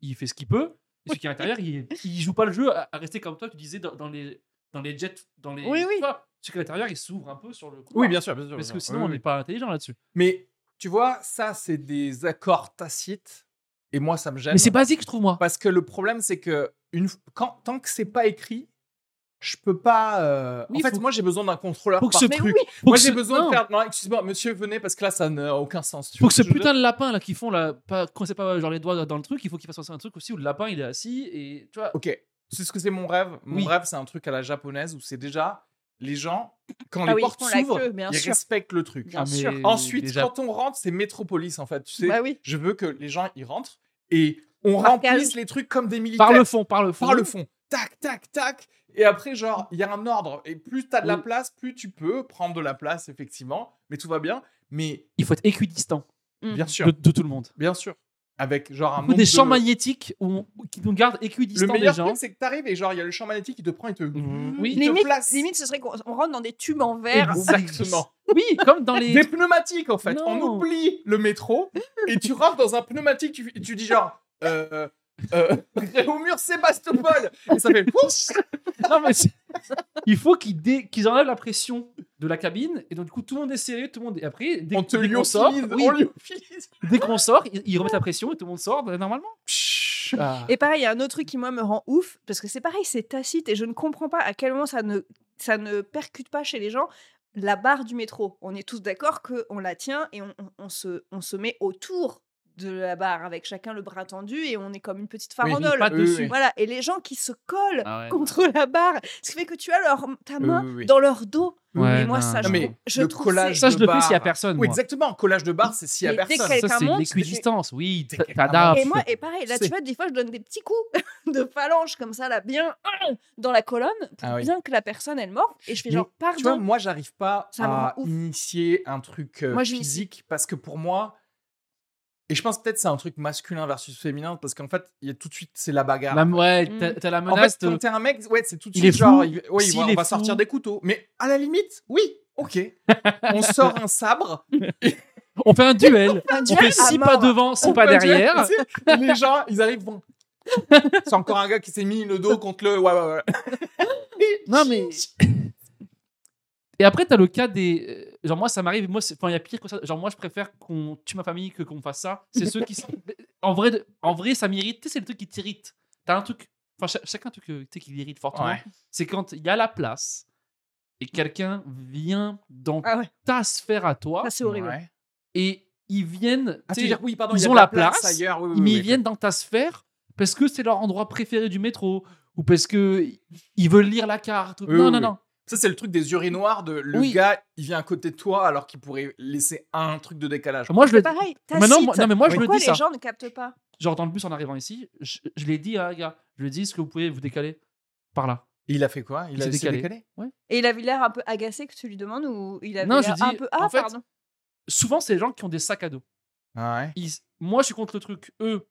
[SPEAKER 3] il fait ce qu'il peut. Et celui qui est à l'intérieur, il, il joue pas le jeu à, à rester comme toi, tu disais, dans, dans les, dans les jets. Dans les,
[SPEAKER 2] Oui, oui.
[SPEAKER 3] tu vois, celui qui est à l'intérieur, il s'ouvre un peu sur le couloir.
[SPEAKER 1] Oui, bien sûr, bien sûr.
[SPEAKER 3] Parce
[SPEAKER 1] bien
[SPEAKER 3] que
[SPEAKER 1] sûr.
[SPEAKER 3] sinon,
[SPEAKER 1] Oui,
[SPEAKER 3] on
[SPEAKER 1] oui.
[SPEAKER 3] n'est pas intelligent là-dessus.
[SPEAKER 1] Mais tu vois, ça, c'est des accords tacites. Et moi, ça me gêne.
[SPEAKER 3] Mais c'est basique, je trouve, moi.
[SPEAKER 1] Parce que le problème, c'est que une... f- quand... tant que c'est pas écrit, je peux pas. euh,
[SPEAKER 3] Oui,
[SPEAKER 1] en fait,
[SPEAKER 3] faut-
[SPEAKER 1] moi, j'ai besoin d'un contrôleur.
[SPEAKER 3] faut que
[SPEAKER 1] par-
[SPEAKER 3] ce
[SPEAKER 2] mais
[SPEAKER 3] truc.
[SPEAKER 2] oui.
[SPEAKER 3] Faut
[SPEAKER 1] Moi,
[SPEAKER 3] que
[SPEAKER 1] j'ai
[SPEAKER 3] ce-
[SPEAKER 1] besoin
[SPEAKER 3] non.
[SPEAKER 1] de faire. Non, excuse-moi, monsieur, venez, parce que là, ça n'a aucun sens. Tu
[SPEAKER 3] Faut
[SPEAKER 1] vois
[SPEAKER 3] que ce
[SPEAKER 1] je veux
[SPEAKER 3] putain de lapin là qui font là, pas, qu'on sait pas euh, genre les doigts dans le truc, il faut qu'il fasse un truc aussi où le lapin il est assis et tu vois.
[SPEAKER 1] Ok. C'est ce que c'est mon rêve. Mon
[SPEAKER 3] Oui.
[SPEAKER 1] rêve, c'est un truc à la japonaise où c'est déjà les gens, quand
[SPEAKER 2] Ah
[SPEAKER 1] les
[SPEAKER 2] oui, ils
[SPEAKER 1] portes
[SPEAKER 2] font la
[SPEAKER 1] s'ouvrent,
[SPEAKER 2] queue, bien
[SPEAKER 1] ils
[SPEAKER 2] sûr.
[SPEAKER 1] respectent le truc.
[SPEAKER 2] Bien sûr.
[SPEAKER 3] Ah, mais
[SPEAKER 1] Ensuite,
[SPEAKER 3] déjà-
[SPEAKER 1] quand on rentre, c'est Métropolis, en fait. Tu sais,
[SPEAKER 2] bah oui.
[SPEAKER 1] je veux que les gens y rentrent et on
[SPEAKER 2] Marquage.
[SPEAKER 1] remplisse les trucs comme des militaires.
[SPEAKER 3] par le fond, par le fond,
[SPEAKER 1] par le fond. Tac, tac, tac. Et après, genre, il y a un ordre. Et plus t'as de la
[SPEAKER 3] Oui.
[SPEAKER 1] place, plus tu peux prendre de la place, effectivement. Mais tout va bien. Mais
[SPEAKER 3] il faut être équidistant
[SPEAKER 2] Mm.
[SPEAKER 1] bien sûr,
[SPEAKER 3] de, de tout le monde.
[SPEAKER 1] bien sûr. Avec genre un
[SPEAKER 3] Ou
[SPEAKER 1] nombre
[SPEAKER 3] des champs
[SPEAKER 1] de-
[SPEAKER 3] magnétiques où on- qui nous gardent
[SPEAKER 1] Le
[SPEAKER 3] équidistants des
[SPEAKER 1] meilleur
[SPEAKER 3] gens. Mmh.
[SPEAKER 1] truc, c'est que t'arrives et genre, il y a le champ magnétique qui te prend et te.
[SPEAKER 3] Oui.
[SPEAKER 1] te
[SPEAKER 2] Limite,
[SPEAKER 1] place.
[SPEAKER 2] limite, ce serait qu'on on rentre dans des tubes en verre.
[SPEAKER 1] Exactement.
[SPEAKER 3] Oui, comme dans les.
[SPEAKER 1] Des pneumatiques, en fait.
[SPEAKER 3] Non.
[SPEAKER 1] On oublie le métro et tu rentres dans un pneumatique. Tu, et tu dis genre. Euh, euh, Réaumur Sébastopol et ça fait
[SPEAKER 3] Non, mais c'est- il faut qu'ils dé- qu'ils enlèvent la pression de la cabine et donc du coup tout le monde est serré, tout le monde. Et après, dès,
[SPEAKER 1] on te
[SPEAKER 3] dès qu'on sort,
[SPEAKER 1] lyophilisme
[SPEAKER 3] oui,
[SPEAKER 1] on lyophilisme
[SPEAKER 3] dès qu'on sort, ils, ils remettent la pression et tout le monde sort bah, normalement.
[SPEAKER 1] Pshhh.
[SPEAKER 3] Ah.
[SPEAKER 2] Et pareil, il y a un autre truc qui, moi, me rend ouf, parce que c'est pareil, c'est tacite, et je ne comprends pas à quel moment ça ne, ça ne percute pas chez les gens la barre du métro. On est tous d'accord qu'on la tient et on, on- on se, on se met autour de la barre, avec chacun le bras tendu, et on est comme une petite farandole.
[SPEAKER 3] pas
[SPEAKER 1] Oui, oui,
[SPEAKER 3] dessus.
[SPEAKER 1] oui.
[SPEAKER 2] Voilà, et les gens qui se collent
[SPEAKER 3] Ah ouais, non.
[SPEAKER 2] contre la barre, ce qui fait que tu as leur, ta
[SPEAKER 1] Oui,
[SPEAKER 2] main
[SPEAKER 1] oui, oui.
[SPEAKER 2] dans leur dos.
[SPEAKER 3] Ouais,
[SPEAKER 2] et moi,
[SPEAKER 3] non,
[SPEAKER 2] ça, je,
[SPEAKER 3] non.
[SPEAKER 1] mais
[SPEAKER 2] trouve- je
[SPEAKER 1] le
[SPEAKER 2] trouve
[SPEAKER 1] collage-
[SPEAKER 2] ça-
[SPEAKER 3] Ça, je le fais s'il y a
[SPEAKER 1] barre.
[SPEAKER 3] personne.
[SPEAKER 1] Oui,
[SPEAKER 3] moi.
[SPEAKER 1] exactement. Collage de barre, c'est s'il y a
[SPEAKER 2] Mais dès
[SPEAKER 1] personne.
[SPEAKER 2] qu'elle-
[SPEAKER 3] Ça,
[SPEAKER 2] Quelqu'un
[SPEAKER 3] c'est
[SPEAKER 2] monte,
[SPEAKER 3] l'équidistance. Oui,
[SPEAKER 1] c'est
[SPEAKER 3] t'as-
[SPEAKER 1] quelqu'un
[SPEAKER 3] t'as d'art.
[SPEAKER 2] Et moi, et pareil, là,
[SPEAKER 1] Ah, C'est-
[SPEAKER 2] tu vois, des fois, je donne des petits coups de phalange comme ça, là, bien dans la colonne, pour
[SPEAKER 1] Ah oui.
[SPEAKER 2] bien que la personne, elle morphe. Et je fais
[SPEAKER 1] Mais
[SPEAKER 2] genre,
[SPEAKER 1] Tu vois,
[SPEAKER 3] hein.
[SPEAKER 2] pardon.
[SPEAKER 1] moi, j'arrive pas
[SPEAKER 2] Ça me
[SPEAKER 1] à
[SPEAKER 2] rend ouf.
[SPEAKER 1] initier un truc euh,
[SPEAKER 2] Moi, j'initie.
[SPEAKER 1] physique parce que pour moi, et je pense peut-être c'est un truc masculin versus féminin parce qu'en fait, il y a tout de suite, c'est la bagarre.
[SPEAKER 3] La- ouais,
[SPEAKER 2] Mm.
[SPEAKER 3] t'as- t'as la euh,
[SPEAKER 1] En fait,
[SPEAKER 3] menace
[SPEAKER 1] quand
[SPEAKER 3] de.
[SPEAKER 1] t'es un mec, ouais, c'est tout de
[SPEAKER 3] Il
[SPEAKER 1] suite
[SPEAKER 3] est fou.
[SPEAKER 1] genre, il- ouais, il
[SPEAKER 3] S'il
[SPEAKER 1] va- on
[SPEAKER 3] est
[SPEAKER 1] va
[SPEAKER 3] fou.
[SPEAKER 1] sortir des couteaux. Mais à la limite, oui, ok. On sort un sabre.
[SPEAKER 3] On fait un duel.
[SPEAKER 2] un
[SPEAKER 3] On
[SPEAKER 2] duel
[SPEAKER 3] fait
[SPEAKER 2] à
[SPEAKER 3] six
[SPEAKER 2] mort.
[SPEAKER 3] pas devant, six
[SPEAKER 1] on
[SPEAKER 3] pas
[SPEAKER 1] peut dire,
[SPEAKER 3] derrière.
[SPEAKER 1] tu sais, Les gens, ils arrivent, bon. C'est encore un gars qui s'est mis le dos contre le. Ouais, ouais, ouais.
[SPEAKER 3] Non, mais. Et après, t'as le cas des. euh, Genre, moi, ça m'arrive. Moi, c'est- enfin, il y a pire que ça. Genre, moi, je préfère qu'on tue ma famille que qu'on fasse ça. C'est ceux qui. sont- En vrai, de- en vrai ça m'irrite. Tu sais, c'est le truc qui t'irrite. T'as un truc. Enfin, cha- chacun un truc euh, tu sais, qui l'irrite fortement.
[SPEAKER 1] Ouais.
[SPEAKER 3] C'est quand il y a la place et quelqu'un vient dans
[SPEAKER 2] Ah ouais,
[SPEAKER 3] ta sphère à toi
[SPEAKER 2] ça hein. c'est horrible.
[SPEAKER 1] Ouais.
[SPEAKER 3] et ils viennent.
[SPEAKER 1] Ah,
[SPEAKER 3] tu
[SPEAKER 1] tu
[SPEAKER 3] sais,
[SPEAKER 1] veux dire, oui, pardon,
[SPEAKER 3] ils
[SPEAKER 1] il y a
[SPEAKER 3] ont
[SPEAKER 1] de
[SPEAKER 3] la place,
[SPEAKER 1] ailleurs. Oui, oui,
[SPEAKER 3] mais
[SPEAKER 1] oui,
[SPEAKER 3] ils viennent dans ta sphère parce que c'est leur endroit préféré du métro ou parce que ils veulent lire la carte. ou-
[SPEAKER 1] Oui,
[SPEAKER 3] non,
[SPEAKER 1] oui,
[SPEAKER 3] non,
[SPEAKER 1] oui.
[SPEAKER 3] non.
[SPEAKER 1] Ça, c'est le truc des urinoirs de le
[SPEAKER 3] Oui.
[SPEAKER 1] gars, il vient à côté de toi alors qu'il pourrait laisser un truc de décalage.
[SPEAKER 3] Moi, je
[SPEAKER 2] C'est
[SPEAKER 3] le.
[SPEAKER 2] pareil,
[SPEAKER 3] Maintenant, moi-
[SPEAKER 2] tacite.
[SPEAKER 3] non, mais moi, je me
[SPEAKER 2] Pourquoi
[SPEAKER 3] dis
[SPEAKER 2] les
[SPEAKER 3] ça.
[SPEAKER 2] gens ne captent pas
[SPEAKER 3] Genre, dans le bus en arrivant ici, je, je l'ai dit à un gars. Je lui ai dit, est-ce que vous pouvez vous décaler par là
[SPEAKER 1] Et Il a fait quoi Il,
[SPEAKER 3] Il
[SPEAKER 1] a
[SPEAKER 3] s'est
[SPEAKER 1] laissé
[SPEAKER 3] décalé.
[SPEAKER 1] décaler
[SPEAKER 2] Et il avait l'air un peu agacé que tu lui demandes ou il avait
[SPEAKER 3] Non, je
[SPEAKER 2] l'air
[SPEAKER 3] dis,
[SPEAKER 2] un peu ah
[SPEAKER 3] en fait,
[SPEAKER 2] pardon.
[SPEAKER 3] Souvent, c'est les gens qui ont des sacs à dos.
[SPEAKER 1] Ah ouais.
[SPEAKER 3] Ils- moi, je suis contre le truc. Eux,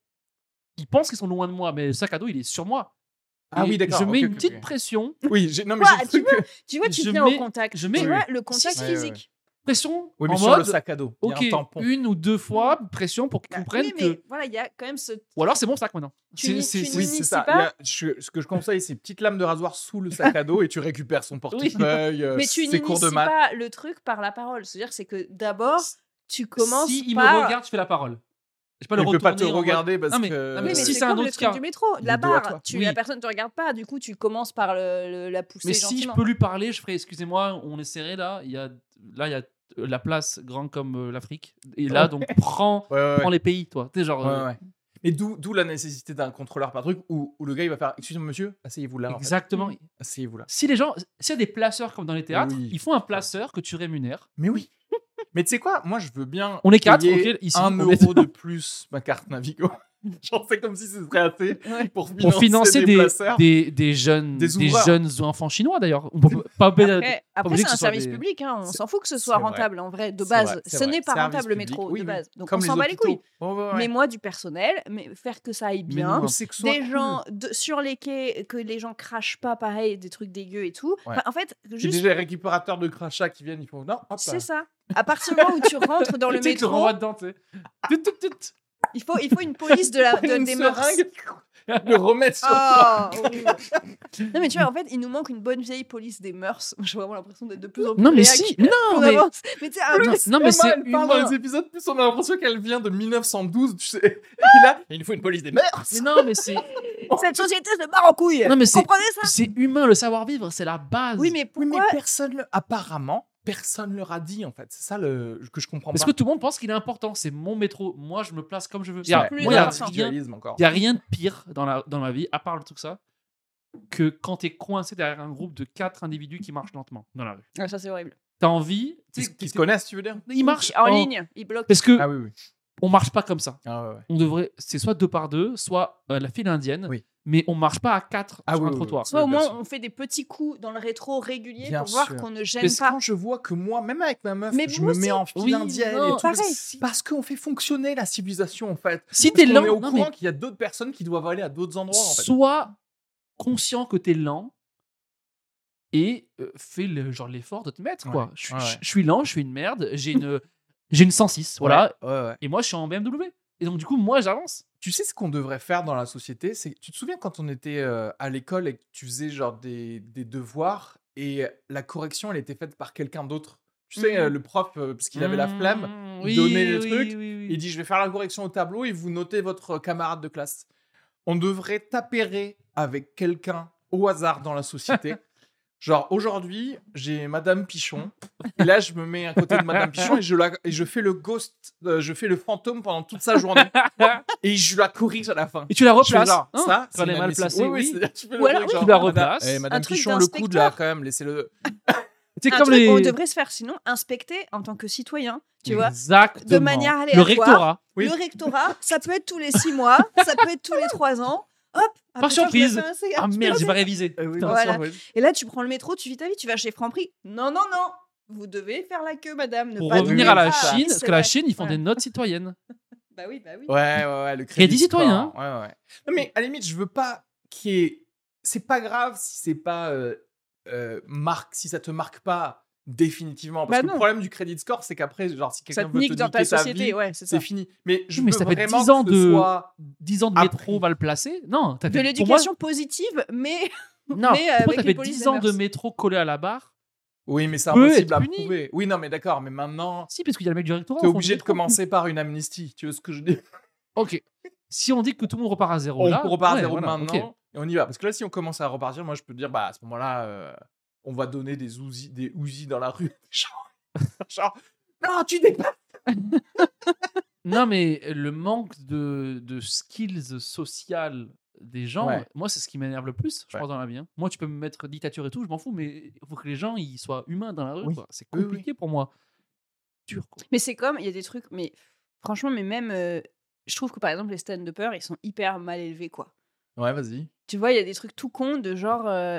[SPEAKER 3] ils pensent qu'ils sont loin de moi, mais le sac à dos, il est sur moi.
[SPEAKER 1] Ah
[SPEAKER 3] Et
[SPEAKER 1] oui, d'accord.
[SPEAKER 3] Je
[SPEAKER 1] ok,
[SPEAKER 3] mets
[SPEAKER 1] ok,
[SPEAKER 3] une
[SPEAKER 1] ok.
[SPEAKER 3] petite pression.
[SPEAKER 1] Oui, j'ai- non, mais
[SPEAKER 2] Quoi,
[SPEAKER 1] j'ai le
[SPEAKER 2] tu
[SPEAKER 1] truc. que-
[SPEAKER 2] Tu vois, tu
[SPEAKER 3] je
[SPEAKER 2] viens
[SPEAKER 3] mets-
[SPEAKER 2] au contact.
[SPEAKER 3] je mets- euh,
[SPEAKER 2] tu vois, le contact
[SPEAKER 1] si. Ouais, ouais, ouais.
[SPEAKER 2] physique.
[SPEAKER 3] Pression
[SPEAKER 1] Oui, mais
[SPEAKER 3] en
[SPEAKER 1] sur
[SPEAKER 3] mode,
[SPEAKER 1] le sac à dos.
[SPEAKER 3] ok,
[SPEAKER 1] Il y a un tampon.
[SPEAKER 3] une ou deux fois, pression pour qu'ils
[SPEAKER 2] Bah,
[SPEAKER 3] comprennent
[SPEAKER 2] oui,
[SPEAKER 3] que. euh,
[SPEAKER 2] mais voilà, il y a quand même ce.
[SPEAKER 3] Ou alors c'est mon sac maintenant.
[SPEAKER 2] Tu
[SPEAKER 3] C'est-
[SPEAKER 2] n'y-
[SPEAKER 3] c'est-
[SPEAKER 2] tu
[SPEAKER 3] c'est-
[SPEAKER 1] Oui,
[SPEAKER 2] n'y-
[SPEAKER 1] c'est
[SPEAKER 2] N'initie
[SPEAKER 1] ça.
[SPEAKER 2] pas.
[SPEAKER 1] Il y a- je- ce que je conseille, c'est petite lame de rasoir sous le sac à dos et tu récupères son portefeuille, euh,
[SPEAKER 2] Mais tu
[SPEAKER 1] ses cours de
[SPEAKER 2] n'inities
[SPEAKER 1] maths.
[SPEAKER 2] pas le truc par la parole. C'est-à-dire, c'est que d'abord, tu commences
[SPEAKER 3] si il
[SPEAKER 2] par.
[SPEAKER 3] me regarde, je fais la parole. Je peux
[SPEAKER 1] Il peut pas
[SPEAKER 3] retourner
[SPEAKER 1] te
[SPEAKER 3] en mode-
[SPEAKER 1] regarder parce
[SPEAKER 3] Non, mais-
[SPEAKER 1] que.
[SPEAKER 3] non,
[SPEAKER 2] Oui, mais
[SPEAKER 3] euh, si
[SPEAKER 2] c'est
[SPEAKER 3] c'est un
[SPEAKER 2] comme le
[SPEAKER 3] autre
[SPEAKER 2] truc
[SPEAKER 3] cas,
[SPEAKER 2] du métro, la
[SPEAKER 1] le doigt à toi.
[SPEAKER 2] barre. Tu,
[SPEAKER 3] Oui.
[SPEAKER 2] La personne ne te regarde pas, du coup, tu commences par le, le- la pousser
[SPEAKER 3] Mais si je
[SPEAKER 2] gentiment.
[SPEAKER 3] peux lui parler, je ferai excusez-moi, on est serré là, il y a là il y a euh, la place grande comme euh, l'Afrique et là donc prends
[SPEAKER 1] Ouais, ouais, ouais.
[SPEAKER 3] prends les pays toi. T'es genre
[SPEAKER 1] Ouais,
[SPEAKER 3] euh,
[SPEAKER 1] ouais. Mais d'où d'où la nécessité d'un contrôleur par truc où, où le gars il va faire Excusez-moi monsieur, asseyez-vous là. en fait.
[SPEAKER 3] exactement.
[SPEAKER 1] Asseyez-vous là.
[SPEAKER 3] Si les gens s'il y a des placeurs comme dans les théâtres,
[SPEAKER 1] Oui.
[SPEAKER 3] il faut un placeur que tu rémunères.
[SPEAKER 1] Mais oui. mais tu sais quoi Moi je veux bien.
[SPEAKER 3] On est quatre,
[SPEAKER 1] payer
[SPEAKER 3] ok, ici,
[SPEAKER 1] Un
[SPEAKER 3] on est-
[SPEAKER 1] euro de plus ma carte Navigo. J'en sais comme si ce serait assez
[SPEAKER 2] Ouais.
[SPEAKER 1] pour financer,
[SPEAKER 3] Pour financer
[SPEAKER 1] des,
[SPEAKER 3] des,
[SPEAKER 1] placeurs.
[SPEAKER 3] des, des jeunes
[SPEAKER 1] Des
[SPEAKER 3] des
[SPEAKER 1] ouvreurs.
[SPEAKER 3] jeunes enfants chinois d'ailleurs. On peut pas
[SPEAKER 2] Après, après
[SPEAKER 3] obligé
[SPEAKER 2] c'est
[SPEAKER 3] que
[SPEAKER 2] un
[SPEAKER 3] ce soit
[SPEAKER 2] service
[SPEAKER 3] des-
[SPEAKER 2] public, hein, on
[SPEAKER 1] C'est-
[SPEAKER 2] s'en fout que ce soit
[SPEAKER 1] c'est vrai.
[SPEAKER 2] rentable en vrai, de
[SPEAKER 1] C'est
[SPEAKER 2] base.
[SPEAKER 1] vrai, c'est
[SPEAKER 2] ce
[SPEAKER 1] vrai.
[SPEAKER 2] n'est pas
[SPEAKER 1] Service
[SPEAKER 2] rentable le
[SPEAKER 1] public,
[SPEAKER 2] métro
[SPEAKER 1] oui,
[SPEAKER 2] de
[SPEAKER 1] oui.
[SPEAKER 2] base. Donc
[SPEAKER 1] Comme
[SPEAKER 2] on s'en
[SPEAKER 1] les
[SPEAKER 2] bat les couilles.
[SPEAKER 1] hôpitaux. Ouais, ouais, ouais.
[SPEAKER 2] Mais moi, du personnel, mais faire que ça aille
[SPEAKER 3] Mais
[SPEAKER 2] bien.
[SPEAKER 3] nous,
[SPEAKER 1] C'est que ce soit
[SPEAKER 2] Des
[SPEAKER 1] cool.
[SPEAKER 2] gens de- sur les quais, que les gens crachent pas pareil, des trucs dégueux et tout.
[SPEAKER 1] Ouais.
[SPEAKER 2] Enfin, en fait,
[SPEAKER 1] C'est
[SPEAKER 2] juste,
[SPEAKER 1] déjà les récupérateurs de crachats qui viennent, ils font non, hop. euh,
[SPEAKER 2] c'est ça. À partir du moment où tu rentres dans le
[SPEAKER 3] Tu sais que
[SPEAKER 2] métro,
[SPEAKER 3] le
[SPEAKER 2] ah.
[SPEAKER 3] renvoie dedans, tu sais. Tut, tut, tut.
[SPEAKER 2] il faut, il faut une police de la, de,
[SPEAKER 1] Une
[SPEAKER 2] des mœurs.
[SPEAKER 1] seringue, le remettre sur
[SPEAKER 2] Ah, oui. non mais tu vois en fait il nous manque une bonne vieille police des mœurs. J'ai vraiment l'impression d'être de plus en plus.
[SPEAKER 3] Non mais
[SPEAKER 2] réac.
[SPEAKER 3] si, non
[SPEAKER 2] On
[SPEAKER 3] mais
[SPEAKER 2] avance. Mais tu sais, un-
[SPEAKER 3] non, non, mais
[SPEAKER 1] Emma,
[SPEAKER 3] c'est
[SPEAKER 1] elle parle dans
[SPEAKER 3] humain.
[SPEAKER 1] les épisodes, plus on a l'impression qu'elle vient de 1912, tu sais. Et puis là, il faut une police des mœurs.
[SPEAKER 3] Mais non mais c'est
[SPEAKER 2] cette société se barre en couille.
[SPEAKER 3] Non,
[SPEAKER 2] Vous
[SPEAKER 3] mais c'est-
[SPEAKER 2] comprenez ça
[SPEAKER 3] c'est humain le savoir vivre, c'est la base.
[SPEAKER 2] Oui mais pourquoi
[SPEAKER 1] personne, le- apparemment, personne leur a dit en fait. C'est ça le... que je comprends
[SPEAKER 3] parce que tout le monde pense qu'il est important, c'est mon métro, moi je me place comme je veux. Il
[SPEAKER 2] C'est
[SPEAKER 3] y a,
[SPEAKER 2] plus
[SPEAKER 3] moi, il y a
[SPEAKER 2] important.
[SPEAKER 3] rien,
[SPEAKER 1] individualisme encore.
[SPEAKER 3] il y a rien de pire dans la dans la vie à part le tout ça que quand t'es coincé derrière un groupe de quatre individus qui marchent lentement dans la rue.
[SPEAKER 2] Ah, Ça c'est horrible.
[SPEAKER 3] T'as envie, tu
[SPEAKER 1] Qui,
[SPEAKER 3] sais,
[SPEAKER 1] se- qui se
[SPEAKER 3] t'es-
[SPEAKER 1] connaissent, tu veux dire
[SPEAKER 3] ils marchent
[SPEAKER 2] en ligne, ils bloquent.
[SPEAKER 3] Parce que
[SPEAKER 1] Ah oui, oui.
[SPEAKER 3] on marche pas comme ça.
[SPEAKER 1] Ah, ouais, ouais.
[SPEAKER 3] On devrait, c'est soit deux par deux, soit euh, la file indienne.
[SPEAKER 1] Oui.
[SPEAKER 3] Mais on marche pas à quatre
[SPEAKER 1] Ah
[SPEAKER 3] sur
[SPEAKER 1] oui, oui,
[SPEAKER 3] un
[SPEAKER 1] oui.
[SPEAKER 3] trottoir.
[SPEAKER 2] Soit au
[SPEAKER 1] Oui, bien
[SPEAKER 2] moins
[SPEAKER 1] sûr.
[SPEAKER 2] on fait des petits coups dans le rétro régulier
[SPEAKER 1] Bien
[SPEAKER 2] pour voir
[SPEAKER 1] sûr.
[SPEAKER 2] qu'on ne gêne
[SPEAKER 3] Parce
[SPEAKER 2] pas.
[SPEAKER 1] Quand je vois que moi, même avec ma meuf,
[SPEAKER 2] Mais
[SPEAKER 1] je
[SPEAKER 2] moi
[SPEAKER 1] me
[SPEAKER 2] aussi.
[SPEAKER 1] mets en file
[SPEAKER 3] Oui,
[SPEAKER 1] indienne
[SPEAKER 3] non,
[SPEAKER 1] et tout.
[SPEAKER 2] pareil.
[SPEAKER 1] Parce qu'on fait fonctionner la civilisation en fait.
[SPEAKER 3] Si
[SPEAKER 1] Parce
[SPEAKER 3] t'es
[SPEAKER 1] qu'on est
[SPEAKER 3] lent,
[SPEAKER 1] au
[SPEAKER 3] non, mais
[SPEAKER 1] courant qu'il y a d'autres personnes qui doivent aller à d'autres endroits en fait.
[SPEAKER 3] sois conscient que t'es lent et euh, fais le, genre l'effort de te mettre quoi.
[SPEAKER 1] Ouais,
[SPEAKER 3] Je, suis-
[SPEAKER 1] ouais, ouais.
[SPEAKER 3] je- je suis lent, je suis une merde, j'ai une j'ai une 106, voilà.
[SPEAKER 1] Ouais, ouais, ouais.
[SPEAKER 3] Et moi je suis en BMW. Et donc du coup moi j'avance.
[SPEAKER 1] Tu sais ce qu'on devrait faire dans la société, c'est tu te souviens quand on était euh, à l'école et que tu faisais genre des, des devoirs et la correction elle était faite par quelqu'un d'autre. Tu sais
[SPEAKER 2] Mhm.
[SPEAKER 1] euh, le prof euh, parce qu'il avait la
[SPEAKER 3] Mmh,
[SPEAKER 1] flamme,
[SPEAKER 3] oui,
[SPEAKER 1] donnait le
[SPEAKER 3] oui,
[SPEAKER 1] truc,
[SPEAKER 3] oui, oui.
[SPEAKER 1] il dit je vais faire la correction au tableau et vous notez votre camarade de classe. on devrait t'appairer avec quelqu'un au hasard dans la société. Genre, aujourd'hui, j'ai Madame Pichon. Et là, je me mets à côté de Madame Pichon et je, la, et je fais le ghost, euh, je fais le fantôme pendant toute sa journée. et je la corrige à la fin.
[SPEAKER 3] Et tu la
[SPEAKER 1] Je fais
[SPEAKER 3] replaces.
[SPEAKER 1] genre,
[SPEAKER 3] hein,
[SPEAKER 1] Oh, ça,
[SPEAKER 3] quand
[SPEAKER 1] c'est
[SPEAKER 3] elle est
[SPEAKER 1] une
[SPEAKER 3] mal
[SPEAKER 1] admissible.
[SPEAKER 3] placée.
[SPEAKER 1] Oui, oui,
[SPEAKER 3] oui.
[SPEAKER 1] c'est- tu fais le
[SPEAKER 2] Ou alors,
[SPEAKER 1] truc
[SPEAKER 2] oui,
[SPEAKER 1] genre,
[SPEAKER 3] tu la
[SPEAKER 1] Madame-
[SPEAKER 3] replaces.
[SPEAKER 1] Eh, Madame
[SPEAKER 2] truc
[SPEAKER 1] Pichon, le coude, là,
[SPEAKER 2] d'inspecteur.
[SPEAKER 1] quand même, laissez-le.
[SPEAKER 3] C'est
[SPEAKER 2] Un
[SPEAKER 3] comme
[SPEAKER 2] truc
[SPEAKER 3] les.
[SPEAKER 2] qu'on devrait se faire sinon inspecter en tant que citoyen, tu vois.
[SPEAKER 3] Exactement.
[SPEAKER 2] de manière
[SPEAKER 3] Le
[SPEAKER 2] aléatoire.
[SPEAKER 3] rectorat.
[SPEAKER 1] Oui.
[SPEAKER 2] Le rectorat, ça peut être tous les six mois, ça peut être tous les trois ans. Hop, ah,
[SPEAKER 3] Par
[SPEAKER 2] putain, je me
[SPEAKER 3] surprise.
[SPEAKER 2] fais un cigare,
[SPEAKER 3] Ah
[SPEAKER 2] tu peux
[SPEAKER 3] merde,
[SPEAKER 2] le
[SPEAKER 3] j'ai pas révisé.
[SPEAKER 1] Euh, oui,
[SPEAKER 3] Putain.
[SPEAKER 1] bien
[SPEAKER 2] Voilà.
[SPEAKER 1] sûr, oui.
[SPEAKER 2] Et là, tu prends le métro, tu vis ta vie, tu vas chez Franprix. Non, non, non. Vous devez faire la queue, madame. Ne
[SPEAKER 3] Pour
[SPEAKER 2] pas
[SPEAKER 3] revenir
[SPEAKER 2] demander.
[SPEAKER 3] à la
[SPEAKER 2] Ah,
[SPEAKER 3] Chine, parce
[SPEAKER 2] c'est
[SPEAKER 3] que la
[SPEAKER 2] vrai.
[SPEAKER 3] Chine, ils font
[SPEAKER 2] Voilà.
[SPEAKER 3] des notes citoyennes.
[SPEAKER 2] Bah oui, bah oui.
[SPEAKER 1] Ouais, ouais, ouais, le
[SPEAKER 3] y a
[SPEAKER 1] crédit.
[SPEAKER 3] des
[SPEAKER 1] score.
[SPEAKER 3] citoyens,
[SPEAKER 1] Ouais, ouais. Non, mais à la limite, je veux pas qu'il y ait. C'est pas grave si c'est pas. euh, euh, marque, si ça te marque pas définitivement. Parce
[SPEAKER 2] Bah
[SPEAKER 1] que le
[SPEAKER 2] non.
[SPEAKER 1] problème du crédit score, c'est qu'après, genre, si quelqu'un
[SPEAKER 2] Ça te
[SPEAKER 1] veut te
[SPEAKER 2] nique dans ta
[SPEAKER 1] niquer ta
[SPEAKER 2] société,
[SPEAKER 1] vie,
[SPEAKER 2] ouais, c'est ça.
[SPEAKER 1] c'est fini. Mais je
[SPEAKER 3] mais
[SPEAKER 1] veux
[SPEAKER 3] ça fait
[SPEAKER 1] vraiment
[SPEAKER 3] 10 ans
[SPEAKER 1] que ce
[SPEAKER 3] de-
[SPEAKER 1] soit.
[SPEAKER 3] 10 ans de métro
[SPEAKER 1] Appris.
[SPEAKER 3] mal placé. Non, t'as
[SPEAKER 2] De
[SPEAKER 3] fait- pour
[SPEAKER 2] l'éducation positive, mais.
[SPEAKER 3] moi- Non,
[SPEAKER 2] mais, euh,
[SPEAKER 3] pour moi,
[SPEAKER 2] avec les
[SPEAKER 3] t'as fait
[SPEAKER 2] polices
[SPEAKER 3] 10
[SPEAKER 2] des
[SPEAKER 3] ans de
[SPEAKER 2] mœurs.
[SPEAKER 3] métro collé à la barre.
[SPEAKER 1] Oui, mais c'est
[SPEAKER 3] peut
[SPEAKER 1] impossible
[SPEAKER 3] être
[SPEAKER 1] à
[SPEAKER 3] puni.
[SPEAKER 1] prouver. Oui, non, mais d'accord, mais maintenant,
[SPEAKER 3] Si, parce qu'il y a le mec du rectorat.
[SPEAKER 1] t'es
[SPEAKER 3] au fond du
[SPEAKER 1] obligé de
[SPEAKER 3] métro.
[SPEAKER 1] commencer par une amnistie. Tu veux ce que je dis
[SPEAKER 3] Ok. Si on dit que tout le monde repart à zéro,
[SPEAKER 1] on
[SPEAKER 3] là,
[SPEAKER 1] repart à
[SPEAKER 3] ouais,
[SPEAKER 1] zéro
[SPEAKER 3] voilà,
[SPEAKER 1] maintenant
[SPEAKER 3] ok.
[SPEAKER 1] et on y va. Parce que là, si on commence à repartir, moi, je peux te dire, bah, à ce moment-là, euh, on va donner des ouzis, des ouzis dans la rue. genre, genre, non, tu dépasses.
[SPEAKER 3] Non, mais le manque de, de skills sociales des gens,
[SPEAKER 1] Ouais.
[SPEAKER 3] moi, c'est ce qui m'énerve le plus, je
[SPEAKER 1] Ouais.
[SPEAKER 3] pense, dans la vie. hein. Moi, tu peux me mettre dictature et tout, je m'en fous, mais il faut que les gens ils soient humains dans la rue.
[SPEAKER 1] Oui.
[SPEAKER 3] quoi. C'est
[SPEAKER 1] Oui, oui.
[SPEAKER 3] compliqué pour moi. Dur, quoi.
[SPEAKER 2] Mais c'est comme, il y a des trucs, mais franchement, mais même. euh, je trouve que par exemple, les stand de peur, ils sont hyper mal élevés, quoi.
[SPEAKER 1] Ouais, vas-y.
[SPEAKER 2] Tu vois, il y a des trucs tout cons de genre. euh,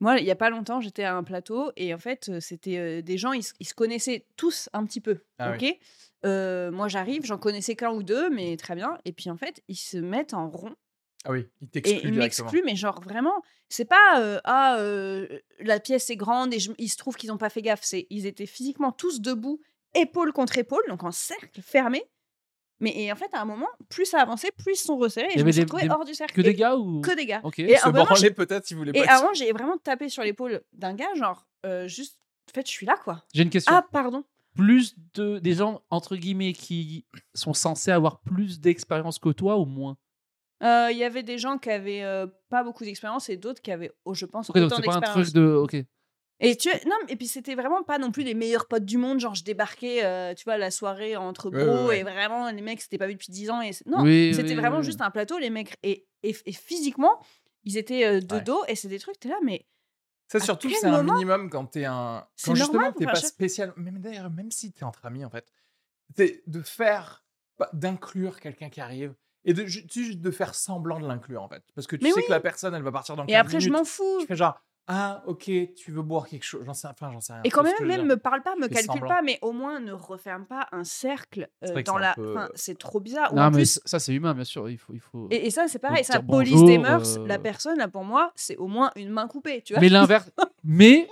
[SPEAKER 2] Moi, il n'y a pas longtemps, j'étais à un plateau et en fait, euh, c'était euh, des gens, ils, se- ils se connaissaient tous un petit peu.
[SPEAKER 1] Ah
[SPEAKER 2] ok
[SPEAKER 1] oui.
[SPEAKER 2] Euh, moi, j'arrive, j'en connaissais qu'un ou deux, mais très bien. Et puis en fait, ils se mettent en rond
[SPEAKER 1] Ah oui, il
[SPEAKER 2] et
[SPEAKER 1] t'exclut
[SPEAKER 2] ils
[SPEAKER 1] directement.
[SPEAKER 2] m'excluent, mais genre vraiment, c'est pas euh, ah euh, la pièce est grande et je- il se trouve qu'ils n'ont pas fait gaffe. C'est ils étaient physiquement tous debout, épaule contre épaule, donc en cercle fermé. Mais et en fait, à un moment, plus ça avançait, plus ils se sont resserrés.
[SPEAKER 3] Il y
[SPEAKER 2] Et je
[SPEAKER 3] avait
[SPEAKER 2] me suis
[SPEAKER 3] des-
[SPEAKER 2] retrouvée
[SPEAKER 3] des-
[SPEAKER 2] hors du cercle.
[SPEAKER 3] Que
[SPEAKER 2] Et
[SPEAKER 3] des gars ou.
[SPEAKER 2] que des gars.
[SPEAKER 3] Ok.
[SPEAKER 2] Et
[SPEAKER 1] Se
[SPEAKER 2] ah, vraiment,
[SPEAKER 1] branler, peut-être, il voulait
[SPEAKER 2] Et
[SPEAKER 1] pas.
[SPEAKER 2] avant, j'ai vraiment tapé sur l'épaule d'un gars, genre euh, juste, en fait, je suis là quoi.
[SPEAKER 3] J'ai une question.
[SPEAKER 2] Ah pardon.
[SPEAKER 3] Plus de des gens entre guillemets qui sont censés avoir plus d'expérience que toi ou moins.
[SPEAKER 2] Euh, Il y avait des gens qui avaient euh, pas beaucoup d'expérience et d'autres qui avaient, oh, je pense,
[SPEAKER 3] Ok, donc
[SPEAKER 2] autant
[SPEAKER 3] c'est pas un
[SPEAKER 2] d'expérience.
[SPEAKER 3] truc de. Ok.
[SPEAKER 2] Et tu non, mais- et puis c'était vraiment pas non plus les meilleurs potes du monde. Genre, je débarquais, euh, tu vois, la soirée entre
[SPEAKER 1] Ouais,
[SPEAKER 2] bros
[SPEAKER 1] ouais, ouais.
[SPEAKER 2] et vraiment les mecs, c'était pas vu depuis 10 ans. Et c'est- non,
[SPEAKER 3] Oui,
[SPEAKER 2] c'était
[SPEAKER 3] oui,
[SPEAKER 2] vraiment
[SPEAKER 3] oui.
[SPEAKER 2] juste un plateau. Les mecs et, et, et physiquement, ils étaient euh, de
[SPEAKER 1] Ouais.
[SPEAKER 2] dos et c'est des trucs. T'es là, mais
[SPEAKER 1] Ça,
[SPEAKER 2] à
[SPEAKER 1] surtout,
[SPEAKER 2] quel
[SPEAKER 1] c'est un
[SPEAKER 2] moment
[SPEAKER 1] minimum quand t'es un.
[SPEAKER 2] C'est
[SPEAKER 1] Quand justement,
[SPEAKER 2] normal,
[SPEAKER 1] t'es
[SPEAKER 2] enfin,
[SPEAKER 1] pas
[SPEAKER 2] je-
[SPEAKER 1] spécial. Même d'ailleurs, même si t'es entre amis, en fait, c'est de faire. pas- d'inclure quelqu'un qui arrive. Et de, ju- tu- juste de faire semblant de l'inclure, en fait. Parce que tu
[SPEAKER 2] Mais
[SPEAKER 1] sais
[SPEAKER 2] oui.
[SPEAKER 1] que la personne, elle va partir dans 15
[SPEAKER 2] et après je
[SPEAKER 1] minutes.
[SPEAKER 2] m'en fous.
[SPEAKER 1] Je fais genre, ah, ok, tu veux boire quelque chose. J'en sais, enfin, j'en sais rien.
[SPEAKER 2] Et quand
[SPEAKER 1] Tu
[SPEAKER 2] même,
[SPEAKER 1] vois ce que je
[SPEAKER 2] même
[SPEAKER 1] veux
[SPEAKER 2] me parle pas, me
[SPEAKER 1] fais
[SPEAKER 2] calcule
[SPEAKER 1] semblant.
[SPEAKER 2] pas, mais au moins ne referme pas un cercle euh,
[SPEAKER 1] C'est vrai que
[SPEAKER 2] dans
[SPEAKER 1] c'est un
[SPEAKER 2] la.
[SPEAKER 1] peu-
[SPEAKER 2] enfin, c'est trop bizarre. Ou
[SPEAKER 3] Non,
[SPEAKER 2] en
[SPEAKER 3] mais
[SPEAKER 2] plus,
[SPEAKER 3] ça, ça, c'est humain, bien sûr. Il faut, il faut.
[SPEAKER 2] Et, et ça, c'est pareil,
[SPEAKER 3] te
[SPEAKER 2] ça,
[SPEAKER 3] dire
[SPEAKER 2] police
[SPEAKER 3] bonjour,
[SPEAKER 2] des mœurs,
[SPEAKER 3] euh.
[SPEAKER 2] la personne, là, pour moi, c'est au moins une main coupée, tu vois.
[SPEAKER 3] Mais l'inverse. mais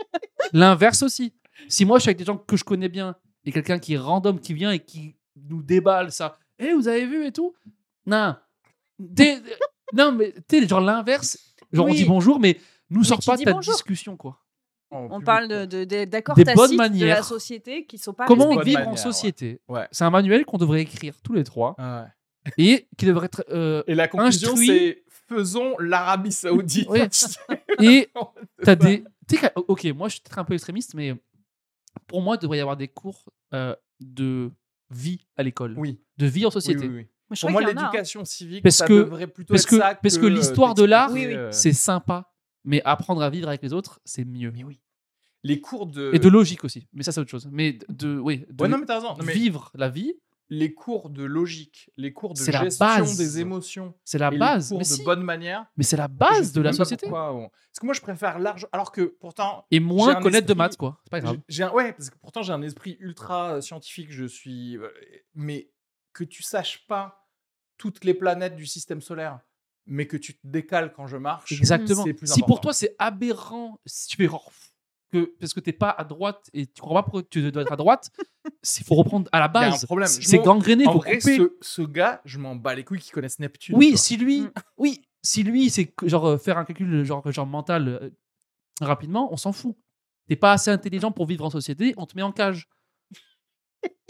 [SPEAKER 3] l'inverse aussi. Si moi, je suis avec des gens que je connais bien et quelqu'un qui est random qui vient et qui nous déballe ça. Eh, vous avez vu et tout Non. T'es- non, mais t'es genre l'inverse. Genre, on
[SPEAKER 2] Oui.
[SPEAKER 3] dit bonjour, mais nous sors
[SPEAKER 2] tu
[SPEAKER 3] pas
[SPEAKER 2] dis
[SPEAKER 3] de ta
[SPEAKER 2] bonjour.
[SPEAKER 3] discussion, quoi.
[SPEAKER 1] dire. En
[SPEAKER 2] On
[SPEAKER 1] public,
[SPEAKER 2] parle
[SPEAKER 1] quoi.
[SPEAKER 2] de- de- de- d'accords
[SPEAKER 3] Des
[SPEAKER 2] de, tacites
[SPEAKER 3] bonnes
[SPEAKER 2] de la
[SPEAKER 3] manières.
[SPEAKER 2] sociément qui sont Ah, pas
[SPEAKER 3] Comment
[SPEAKER 1] les
[SPEAKER 3] on
[SPEAKER 1] bonnes
[SPEAKER 3] vivre en
[SPEAKER 1] manières, ouais.
[SPEAKER 3] société
[SPEAKER 1] Ouais.
[SPEAKER 3] C'est un manuel qu'on devrait écrire tous les trois
[SPEAKER 1] Ah ouais.
[SPEAKER 3] et qui devrait être euh,
[SPEAKER 1] Et la conclusion,
[SPEAKER 3] Instruit.
[SPEAKER 1] c'est faisons l'Arabie Saoudite.
[SPEAKER 3] Oui. et t'as des t'es qu'à- ok moi je suis peut-être un peu extrémiste mais pour moi il devrait y avoir des cours euh, de vie à l'école
[SPEAKER 1] Oui.
[SPEAKER 3] de vie en
[SPEAKER 1] oui,
[SPEAKER 3] société
[SPEAKER 1] oui, oui.
[SPEAKER 2] Mais je
[SPEAKER 1] Pour
[SPEAKER 2] crois
[SPEAKER 1] moi,
[SPEAKER 2] qu'il y en a, hein.
[SPEAKER 1] l'éducation civique,
[SPEAKER 3] Parce
[SPEAKER 1] ça
[SPEAKER 3] que-
[SPEAKER 1] devrait plutôt
[SPEAKER 3] parce
[SPEAKER 1] être
[SPEAKER 3] que-
[SPEAKER 1] ça
[SPEAKER 3] parce que
[SPEAKER 1] euh,
[SPEAKER 3] l'histoire de l'art,
[SPEAKER 1] d'expliquer,
[SPEAKER 2] Oui, oui.
[SPEAKER 1] euh,
[SPEAKER 3] c'est sympa mais apprendre à vivre avec les autres c'est mieux
[SPEAKER 1] Mais oui. Les cours de.
[SPEAKER 3] et de logique aussi mais ça c'est autre chose mais de- de oui de
[SPEAKER 1] Ouais, non, mais t'as raison. Non, mais
[SPEAKER 3] vivre la vie
[SPEAKER 1] les cours de logique, les cours de
[SPEAKER 3] C'est la
[SPEAKER 1] gestion
[SPEAKER 3] base.
[SPEAKER 1] des émotions,
[SPEAKER 3] c'est la
[SPEAKER 1] et les
[SPEAKER 3] base
[SPEAKER 1] cours
[SPEAKER 3] mais,
[SPEAKER 1] de
[SPEAKER 3] si.
[SPEAKER 1] bonne manière.
[SPEAKER 3] mais c'est
[SPEAKER 1] je
[SPEAKER 3] la base
[SPEAKER 1] sais
[SPEAKER 3] de la
[SPEAKER 1] même pas
[SPEAKER 3] société
[SPEAKER 1] pourquoi on- Parce que moi, je préfère l'argent. Alors que pourtant,
[SPEAKER 3] et
[SPEAKER 1] J'ai
[SPEAKER 3] moins
[SPEAKER 1] un
[SPEAKER 3] connaître de
[SPEAKER 1] esprit-
[SPEAKER 3] maths quoi c'est pas grave
[SPEAKER 1] J'ai- j'ai un- ouais, parce que pourtant j'ai un esprit ultra euh, scientifique, je suis. euh, Mais que tu saches pas toutes les planètes du système solaire, mais que tu te décales quand je marche.
[SPEAKER 3] Exactement.
[SPEAKER 1] c'est plus
[SPEAKER 3] Si pour
[SPEAKER 1] important.
[SPEAKER 3] toi c'est aberrant, si tu es genre, que parce que t'es pas à droite et tu crois pas pourquoi tu dois être à droite, il faut reprendre à la
[SPEAKER 1] Il y a un
[SPEAKER 3] base.
[SPEAKER 1] problème.
[SPEAKER 3] C'est
[SPEAKER 1] Je
[SPEAKER 3] c'est
[SPEAKER 1] m'en-
[SPEAKER 3] gangréné,
[SPEAKER 1] En
[SPEAKER 3] faut
[SPEAKER 1] vrai,
[SPEAKER 3] couper.
[SPEAKER 1] ce, ce gars, je m'en bats les couilles qui connaissent Neptune.
[SPEAKER 3] Oui,
[SPEAKER 1] quoi.
[SPEAKER 3] si lui,
[SPEAKER 2] Mm.
[SPEAKER 3] oui, si lui c'est que- genre euh, faire un calcul genre genre mental euh, rapidement, on s'en fout. T'es pas assez intelligent pour vivre en société, on te met en cage.